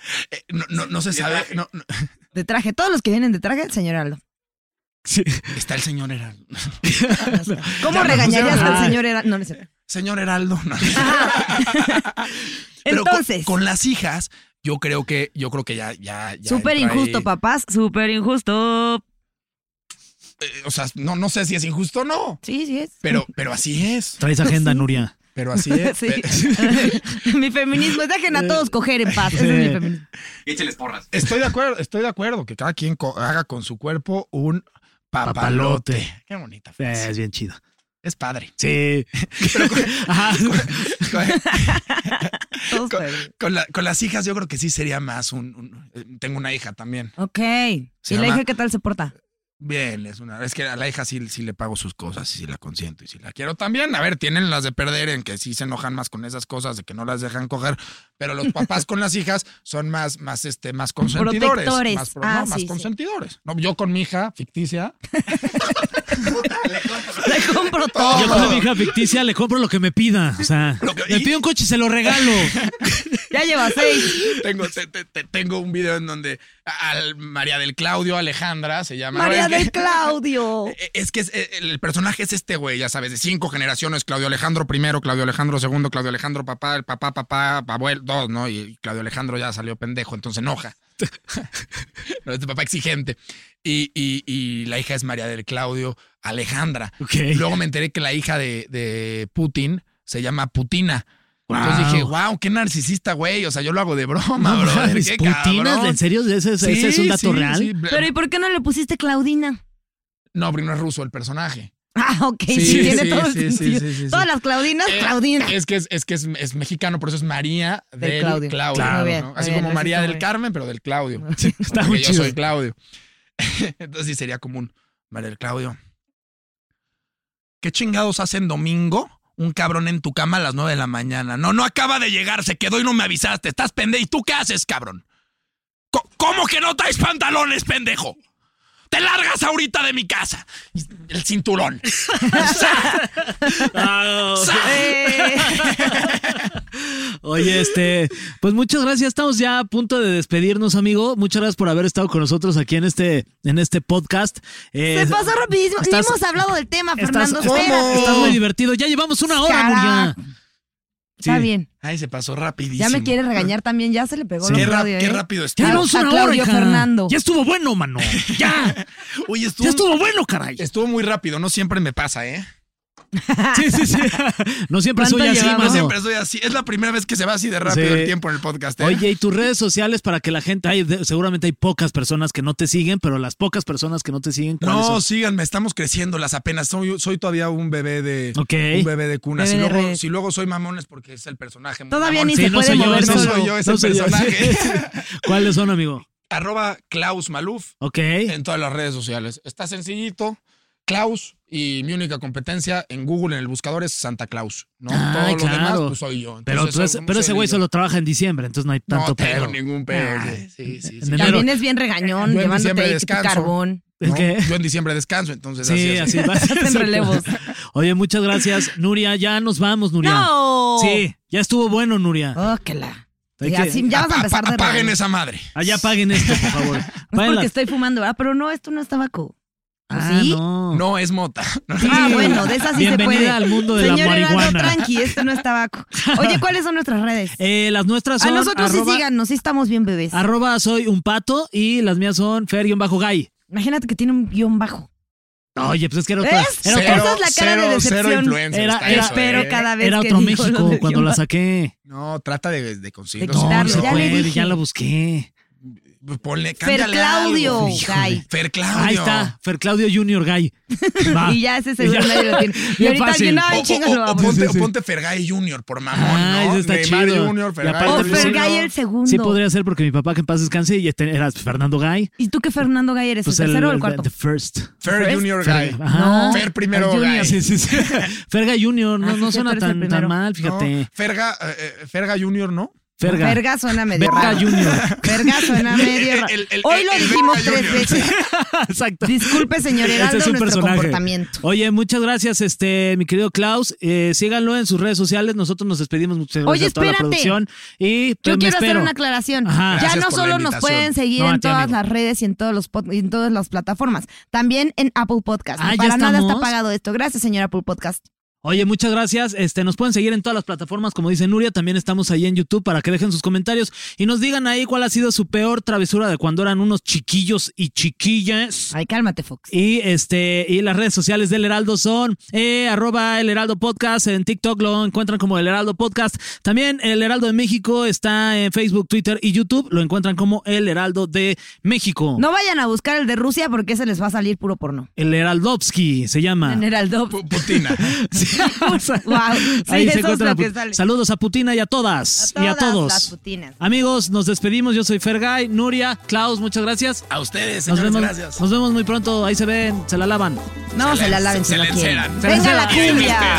[SPEAKER 4] no, no, no se sabe. no, no.
[SPEAKER 3] De traje. Todos los que vienen de traje, señor Heraldo.
[SPEAKER 2] Sí.
[SPEAKER 4] Está el señor Heraldo.
[SPEAKER 3] ¿Cómo
[SPEAKER 4] Ya me
[SPEAKER 3] regañarías
[SPEAKER 4] pusieron-
[SPEAKER 3] al señor Heraldo? No, no sé.
[SPEAKER 4] Señor Heraldo. no. Pero con-
[SPEAKER 3] Entonces,
[SPEAKER 4] con, las hijas, yo creo que, yo creo que ya, ya, ya
[SPEAKER 3] súper
[SPEAKER 4] entra ahí.
[SPEAKER 3] injusto, papás. Súper injusto.
[SPEAKER 4] Eh, O sea, no, no sé si es injusto o no.
[SPEAKER 3] Sí, sí es.
[SPEAKER 4] Pero, pero así es.
[SPEAKER 2] Traes agenda, Nuria.
[SPEAKER 4] Pero así es.
[SPEAKER 3] Sí.
[SPEAKER 4] Pe-
[SPEAKER 3] mi feminismo es dejen a todos coger en paz. Ese es mi feminismo.
[SPEAKER 6] Écheles porras.
[SPEAKER 4] Estoy de acuerdo, estoy de acuerdo que cada quien co- haga con su cuerpo un papalote.
[SPEAKER 2] Papalote.
[SPEAKER 4] Qué bonita
[SPEAKER 2] Eh,
[SPEAKER 4] frase.
[SPEAKER 2] es bien chido.
[SPEAKER 4] Es padre.
[SPEAKER 2] Sí. Ajá.
[SPEAKER 3] Todos
[SPEAKER 4] Con,
[SPEAKER 3] perdidos.
[SPEAKER 4] con la- con las hijas yo creo que sí sería más un- un- eh, tengo una hija también.
[SPEAKER 3] Ok.
[SPEAKER 4] Se
[SPEAKER 3] ¿Y la
[SPEAKER 4] llama-
[SPEAKER 3] hija qué tal se porta?
[SPEAKER 4] Bien, es una. Es que a la hija sí, sí le pago sus cosas y sí la consiento y sí la quiero también. A ver, tienen las de perder en que sí se enojan más con esas cosas de que no las dejan coger, pero los papás con las hijas son más, más, este, más consentidores.
[SPEAKER 3] Protectores.
[SPEAKER 4] Más, pro-
[SPEAKER 3] Ah,
[SPEAKER 4] no, más
[SPEAKER 3] sí, sí.
[SPEAKER 4] consentidores. No, yo con mi hija ficticia.
[SPEAKER 3] Le compro todo.
[SPEAKER 2] Yo con mi hija ficticia le compro lo que me pida. O sea,
[SPEAKER 4] Ah. Lo que-
[SPEAKER 2] me pide un coche y se lo regalo.
[SPEAKER 3] Ya lleva seis.
[SPEAKER 4] tengo, te- te- te- tengo un video en donde a- al María del Claudio Alejandra se llama.
[SPEAKER 3] María
[SPEAKER 4] ¿no? Es que-
[SPEAKER 3] del Claudio.
[SPEAKER 4] Eh, Es que es- eh, el personaje es este güey, ya sabes, de cinco generaciones, Claudio Alejandro primero, Claudio Alejandro segundo, Claudio Alejandro papá, el papá, papá, abuelo, dos, ¿no? Y Claudio Alejandro ya salió pendejo, entonces enoja. No, este papá exigente. Y, y- y la hija es María del Claudio Alejandra.
[SPEAKER 2] Ok.
[SPEAKER 4] Luego me enteré que la hija de, de Putin se llama Putina.
[SPEAKER 2] Wow.
[SPEAKER 4] Entonces dije, wow, qué narcisista, güey. O sea, yo lo hago de broma,
[SPEAKER 2] No
[SPEAKER 4] bro.
[SPEAKER 2] mames,
[SPEAKER 4] Qué
[SPEAKER 2] Putinas,
[SPEAKER 4] cabrón.
[SPEAKER 2] ¿en serio? ¿Ese, es- ese es un
[SPEAKER 4] Sí,
[SPEAKER 2] dato
[SPEAKER 4] sí,
[SPEAKER 2] real?
[SPEAKER 4] sí.
[SPEAKER 3] Pero ¿y por qué no le pusiste Claudina?
[SPEAKER 4] No, pero no es ruso el personaje.
[SPEAKER 3] Ah, ok, sí,
[SPEAKER 4] Sí,
[SPEAKER 3] tiene
[SPEAKER 4] sí,
[SPEAKER 3] todo el
[SPEAKER 4] sí, sí,
[SPEAKER 3] sentido.
[SPEAKER 4] sí, sí, sí.
[SPEAKER 3] Todas las Claudinas,
[SPEAKER 4] Eh,
[SPEAKER 3] Claudina.
[SPEAKER 4] Es que es, es que es, es mexicano, por eso es María
[SPEAKER 3] Del
[SPEAKER 4] del,
[SPEAKER 3] Claudio.
[SPEAKER 4] Claudio.
[SPEAKER 3] Claro. Muy bien,
[SPEAKER 4] ¿no?
[SPEAKER 3] muy
[SPEAKER 4] Así
[SPEAKER 3] bien,
[SPEAKER 4] como
[SPEAKER 3] lo
[SPEAKER 4] María
[SPEAKER 3] hiciste muy
[SPEAKER 4] del
[SPEAKER 3] bien.
[SPEAKER 4] Carmen, pero del Claudio.
[SPEAKER 2] Sí, está
[SPEAKER 4] Porque
[SPEAKER 2] muy
[SPEAKER 4] yo
[SPEAKER 2] chido.
[SPEAKER 4] soy Claudio. Entonces sí sería como un María del Claudio. ¿Qué chingados hacen domingo? Un cabrón en tu cama a las 9 de la mañana. No, no acaba de llegar, se quedó y no me avisaste. Estás pendejo. ¿Y tú qué haces, cabrón? Co- ¿Cómo que no traes pantalones, pendejo? Te largas ahorita de mi casa. Y El cinturón.
[SPEAKER 2] Ah,
[SPEAKER 3] Eh,
[SPEAKER 2] Oye, este, pues muchas gracias. Estamos ya a punto de despedirnos, amigo. Muchas gracias por haber estado con nosotros aquí en este, en este podcast. Eh,
[SPEAKER 3] se pasó rapidísimo. Ni
[SPEAKER 2] estás-
[SPEAKER 3] hemos hablado del tema,
[SPEAKER 2] Estás,
[SPEAKER 3] Fernando.
[SPEAKER 2] estás-
[SPEAKER 3] Espera.
[SPEAKER 2] estás muy divertido. Ya llevamos una hora,
[SPEAKER 3] Carajo.
[SPEAKER 2] Nuria.
[SPEAKER 3] Está
[SPEAKER 2] Sí.
[SPEAKER 3] bien.
[SPEAKER 4] Ay, se pasó rapidísimo.
[SPEAKER 3] Ya me quiere regañar también. Ya se le pegó
[SPEAKER 2] Sí.
[SPEAKER 3] lo
[SPEAKER 4] Qué, ra-
[SPEAKER 3] Claudio,
[SPEAKER 4] qué
[SPEAKER 3] ¿eh?
[SPEAKER 4] rápido
[SPEAKER 2] Ya
[SPEAKER 4] estuvo.
[SPEAKER 2] llevamos
[SPEAKER 3] A
[SPEAKER 2] una hora,
[SPEAKER 3] Claudio
[SPEAKER 2] hija.
[SPEAKER 3] Fernando.
[SPEAKER 2] Ya estuvo bueno, mano. Ya.
[SPEAKER 4] Oye, estuvo,
[SPEAKER 2] Ya estuvo bueno, caray.
[SPEAKER 4] estuvo muy rápido, no siempre me pasa, ¿eh?
[SPEAKER 2] Sí, sí, sí. No siempre soy
[SPEAKER 3] Ah. ¿Cuánto
[SPEAKER 2] así,
[SPEAKER 3] llevamos?
[SPEAKER 2] mano.
[SPEAKER 4] Siempre soy así. Es la primera vez que se va así de rápido
[SPEAKER 2] Sí.
[SPEAKER 4] el tiempo en el podcast. ¿eh?
[SPEAKER 2] Oye, y tus redes sociales para que la gente, hay, de- seguramente hay pocas personas que no te siguen, pero las pocas personas que no te siguen, ¿cuáles
[SPEAKER 4] No,
[SPEAKER 2] son?
[SPEAKER 4] síganme, estamos creciendo las apenas. Soy, soy todavía un bebé de
[SPEAKER 2] Ok.
[SPEAKER 4] un bebé de cuna.
[SPEAKER 3] Bebé
[SPEAKER 4] si,
[SPEAKER 3] de
[SPEAKER 4] luego,
[SPEAKER 3] redes.
[SPEAKER 4] si luego soy mamón es porque es el personaje. muy
[SPEAKER 3] Todavía
[SPEAKER 4] mamón.
[SPEAKER 3] ni
[SPEAKER 2] Sí,
[SPEAKER 3] se
[SPEAKER 2] no
[SPEAKER 3] puede
[SPEAKER 2] soy yo,
[SPEAKER 3] mover
[SPEAKER 2] no
[SPEAKER 3] solo.
[SPEAKER 4] soy yo, es el
[SPEAKER 2] soy yo.
[SPEAKER 4] personaje.
[SPEAKER 2] Sí. ¿Cuáles son, amigo?
[SPEAKER 4] Arroba Klaus Maluf
[SPEAKER 2] Ok.
[SPEAKER 4] en todas las redes sociales. Está sencillito. Klaus y mi única competencia en Google en el buscador es Santa Claus. ¿no?
[SPEAKER 2] Ah,
[SPEAKER 4] Todo lo demás
[SPEAKER 2] claro.
[SPEAKER 4] pues, soy yo.
[SPEAKER 2] Pero,
[SPEAKER 4] Entonces,
[SPEAKER 2] tú es-
[SPEAKER 4] soy-
[SPEAKER 2] pero ese
[SPEAKER 4] soy
[SPEAKER 2] güey
[SPEAKER 4] yo.
[SPEAKER 2] solo trabaja en diciembre, entonces no hay tanto
[SPEAKER 4] no tengo
[SPEAKER 2] pedo.
[SPEAKER 4] ningún pedo.
[SPEAKER 3] Ah,
[SPEAKER 4] sí, sí, sí,
[SPEAKER 2] en
[SPEAKER 4] sí.
[SPEAKER 2] enero-
[SPEAKER 3] También es bien regañón,
[SPEAKER 4] Yo en
[SPEAKER 3] llevándote
[SPEAKER 4] diciembre
[SPEAKER 3] ahí tu
[SPEAKER 4] descanso.
[SPEAKER 3] carbón.
[SPEAKER 2] ¿El
[SPEAKER 4] ¿no?
[SPEAKER 2] qué?
[SPEAKER 4] Yo en diciembre descanso, entonces
[SPEAKER 2] Sí,
[SPEAKER 4] así, así.
[SPEAKER 2] así va.
[SPEAKER 3] Hacen relevos.
[SPEAKER 2] Oye, muchas gracias, Nuria. Ya nos vamos, Nuria.
[SPEAKER 3] ¡No!
[SPEAKER 2] Sí, ya estuvo bueno, Nuria.
[SPEAKER 3] Oh, que la.
[SPEAKER 2] Hay
[SPEAKER 3] Y
[SPEAKER 2] que-
[SPEAKER 3] así ya vas a empezar de
[SPEAKER 4] Apaguen
[SPEAKER 3] regañón.
[SPEAKER 4] esa madre.
[SPEAKER 2] Allá Ah, paguen esto, por favor.
[SPEAKER 3] No es
[SPEAKER 2] Vayan la-
[SPEAKER 3] porque estoy fumando, ¿verdad? Pero no, esto no es tabaco. ¿O
[SPEAKER 2] Ah,
[SPEAKER 3] sí?
[SPEAKER 2] no.
[SPEAKER 4] No es mota.
[SPEAKER 3] Ah, bueno, de esas sí
[SPEAKER 2] Bienvenida
[SPEAKER 3] se puede.
[SPEAKER 2] al mundo de la
[SPEAKER 3] Señor Heraldo,
[SPEAKER 2] marihuana.
[SPEAKER 3] tranqui, esto no es tabaco. Oye, ¿cuáles son nuestras redes?
[SPEAKER 2] Eh, las nuestras
[SPEAKER 3] A
[SPEAKER 2] son.
[SPEAKER 3] nosotros
[SPEAKER 2] arroba,
[SPEAKER 3] sí síganos, sí estamos bien bebés.
[SPEAKER 2] arroba soy un pato y las mías son fer-gay.
[SPEAKER 3] Imagínate que tiene un guión bajo.
[SPEAKER 2] Oye, pues es que era otra.
[SPEAKER 3] ¿Ves?
[SPEAKER 2] Era
[SPEAKER 3] Cero,
[SPEAKER 2] otra-
[SPEAKER 3] Esa es la cara de decepción.
[SPEAKER 4] Cero influencer
[SPEAKER 2] Era-
[SPEAKER 4] está
[SPEAKER 2] era-
[SPEAKER 4] eso,
[SPEAKER 3] Pero
[SPEAKER 4] ¿eh?
[SPEAKER 3] cada vez
[SPEAKER 2] era
[SPEAKER 3] que
[SPEAKER 2] otro
[SPEAKER 3] digo lo
[SPEAKER 2] México
[SPEAKER 3] del
[SPEAKER 2] cuando
[SPEAKER 3] guión
[SPEAKER 2] la
[SPEAKER 3] bajo.
[SPEAKER 2] saqué.
[SPEAKER 4] No, trata de, de conseguirlo.
[SPEAKER 3] De
[SPEAKER 2] No,
[SPEAKER 3] quitarlo,
[SPEAKER 2] se
[SPEAKER 3] ya le
[SPEAKER 2] puede,
[SPEAKER 3] dije.
[SPEAKER 2] ya la busqué.
[SPEAKER 4] Pues Ponle,
[SPEAKER 3] Fer
[SPEAKER 4] cámbiale
[SPEAKER 3] Claudio,
[SPEAKER 4] algo.
[SPEAKER 3] Guy.
[SPEAKER 4] Fer Claudio.
[SPEAKER 2] Ahí está, Fer Claudio Junior Gay. Va.
[SPEAKER 3] Y ya ese seguro
[SPEAKER 2] Y ya.
[SPEAKER 3] nadie lo tiene. Y
[SPEAKER 2] Bien
[SPEAKER 3] ahorita
[SPEAKER 2] fácil.
[SPEAKER 3] alguien,
[SPEAKER 4] O,
[SPEAKER 3] ay,
[SPEAKER 4] o-
[SPEAKER 3] chingas, lo
[SPEAKER 4] o- o
[SPEAKER 3] vamos.
[SPEAKER 4] ponte,
[SPEAKER 2] Sí, sí.
[SPEAKER 4] o ponte Fergay Junior por mamón,
[SPEAKER 2] Ah,
[SPEAKER 4] ¿no?
[SPEAKER 2] ese está
[SPEAKER 4] Neymar
[SPEAKER 2] chido.
[SPEAKER 4] Junior,
[SPEAKER 2] Y
[SPEAKER 4] Fergay.
[SPEAKER 2] aparte Sí,
[SPEAKER 3] O
[SPEAKER 2] sí,
[SPEAKER 3] Fer Gay el segundo.
[SPEAKER 2] Sí podría ser porque mi papá que en paz descanse y este era Fernando Gay.
[SPEAKER 3] ¿Y tú qué Fernando Gay eres?
[SPEAKER 2] Pues
[SPEAKER 3] ¿El
[SPEAKER 2] el,
[SPEAKER 3] tercero o el
[SPEAKER 2] el-
[SPEAKER 3] cuarto?
[SPEAKER 2] the first.
[SPEAKER 4] Fer Junior Guy.
[SPEAKER 2] Fer- Ajá.
[SPEAKER 4] Fer primero
[SPEAKER 3] el Junior.
[SPEAKER 4] Guy.
[SPEAKER 2] Sí, sí, sí. Ferga Junior, no,
[SPEAKER 3] Ah, sí,
[SPEAKER 2] no
[SPEAKER 3] sí, tú
[SPEAKER 2] suena
[SPEAKER 3] eres el
[SPEAKER 2] tan, tan
[SPEAKER 3] primero.
[SPEAKER 2] mal,
[SPEAKER 4] No,
[SPEAKER 2] fíjate.
[SPEAKER 4] Ferga, eh, eh, Ferga Junior, ¿no?
[SPEAKER 2] Ferga.
[SPEAKER 3] Verga suena medio
[SPEAKER 2] Verga
[SPEAKER 3] raro.
[SPEAKER 2] Junior.
[SPEAKER 3] Verga suena medio
[SPEAKER 4] El-
[SPEAKER 3] raro.
[SPEAKER 4] el- el-
[SPEAKER 3] Hoy lo
[SPEAKER 4] el
[SPEAKER 3] dijimos
[SPEAKER 4] Verga
[SPEAKER 3] tres
[SPEAKER 4] Junior.
[SPEAKER 3] veces.
[SPEAKER 2] Exacto.
[SPEAKER 3] Disculpe, señor
[SPEAKER 2] Ese
[SPEAKER 3] Heraldo,
[SPEAKER 2] es un
[SPEAKER 3] nuestro
[SPEAKER 2] personaje.
[SPEAKER 3] comportamiento.
[SPEAKER 2] Oye, muchas gracias, este, mi querido Klaus. Eh, síganlo en sus redes sociales. Nosotros nos despedimos. Muchas gracias
[SPEAKER 3] Oye,
[SPEAKER 2] a toda la
[SPEAKER 3] espérate.
[SPEAKER 2] producción. Y pues,
[SPEAKER 3] Yo
[SPEAKER 2] me
[SPEAKER 3] quiero hacer
[SPEAKER 2] espero.
[SPEAKER 3] una aclaración.
[SPEAKER 2] Ajá.
[SPEAKER 3] ya
[SPEAKER 4] Gracias
[SPEAKER 3] no
[SPEAKER 4] por la
[SPEAKER 3] solo nos
[SPEAKER 4] invitación.
[SPEAKER 3] pueden seguir
[SPEAKER 2] No, a
[SPEAKER 3] en
[SPEAKER 2] ti,
[SPEAKER 3] todas
[SPEAKER 2] amigo.
[SPEAKER 3] las redes y en todos los pod- y en todas las plataformas. También en Apple Podcast.
[SPEAKER 2] Ah, ya
[SPEAKER 3] Para nada está
[SPEAKER 2] estamos.
[SPEAKER 3] pagado esto. Gracias, señor Apple Podcast.
[SPEAKER 2] Oye, muchas gracias. Este, nos pueden seguir en todas las plataformas, como dice Nuria. También estamos ahí en YouTube para que dejen sus comentarios y nos digan ahí cuál ha sido su peor travesura de cuando eran unos chiquillos y chiquillas.
[SPEAKER 3] Ay, cálmate, Fox.
[SPEAKER 2] Y este, y las redes sociales del Heraldo son eh, arroba el Heraldo Podcast. En TikTok lo encuentran como el Heraldo Podcast. También el Heraldo de México está en Facebook, Twitter y YouTube. Lo encuentran como el Heraldo de México.
[SPEAKER 3] No vayan a buscar el de Rusia porque ese les va a salir puro porno.
[SPEAKER 2] El Heraldovsky se llama.
[SPEAKER 3] En Heraldo.
[SPEAKER 4] Pu- Putina.
[SPEAKER 2] Ah. Sí, o sea,
[SPEAKER 3] Guau, sí, eso es
[SPEAKER 2] encuentra
[SPEAKER 3] lo que
[SPEAKER 2] Put-
[SPEAKER 3] sale.
[SPEAKER 2] Saludos a Putina y a todas,
[SPEAKER 3] A
[SPEAKER 2] y a
[SPEAKER 3] todas
[SPEAKER 2] todos.
[SPEAKER 3] las Putinas.
[SPEAKER 2] Amigos, nos despedimos. Yo soy Fergay, Nuria, Klaus, muchas gracias.
[SPEAKER 4] A ustedes,
[SPEAKER 2] Nos
[SPEAKER 4] señores,
[SPEAKER 2] vemos,
[SPEAKER 4] gracias.
[SPEAKER 2] nos vemos muy pronto. Ahí se ven, se la lavan.
[SPEAKER 3] No, se,
[SPEAKER 4] le-
[SPEAKER 3] la laven
[SPEAKER 4] se
[SPEAKER 3] si
[SPEAKER 4] le
[SPEAKER 3] la quieren.
[SPEAKER 4] enceran.
[SPEAKER 3] Venga
[SPEAKER 2] Se
[SPEAKER 3] la
[SPEAKER 2] la
[SPEAKER 3] cumbia.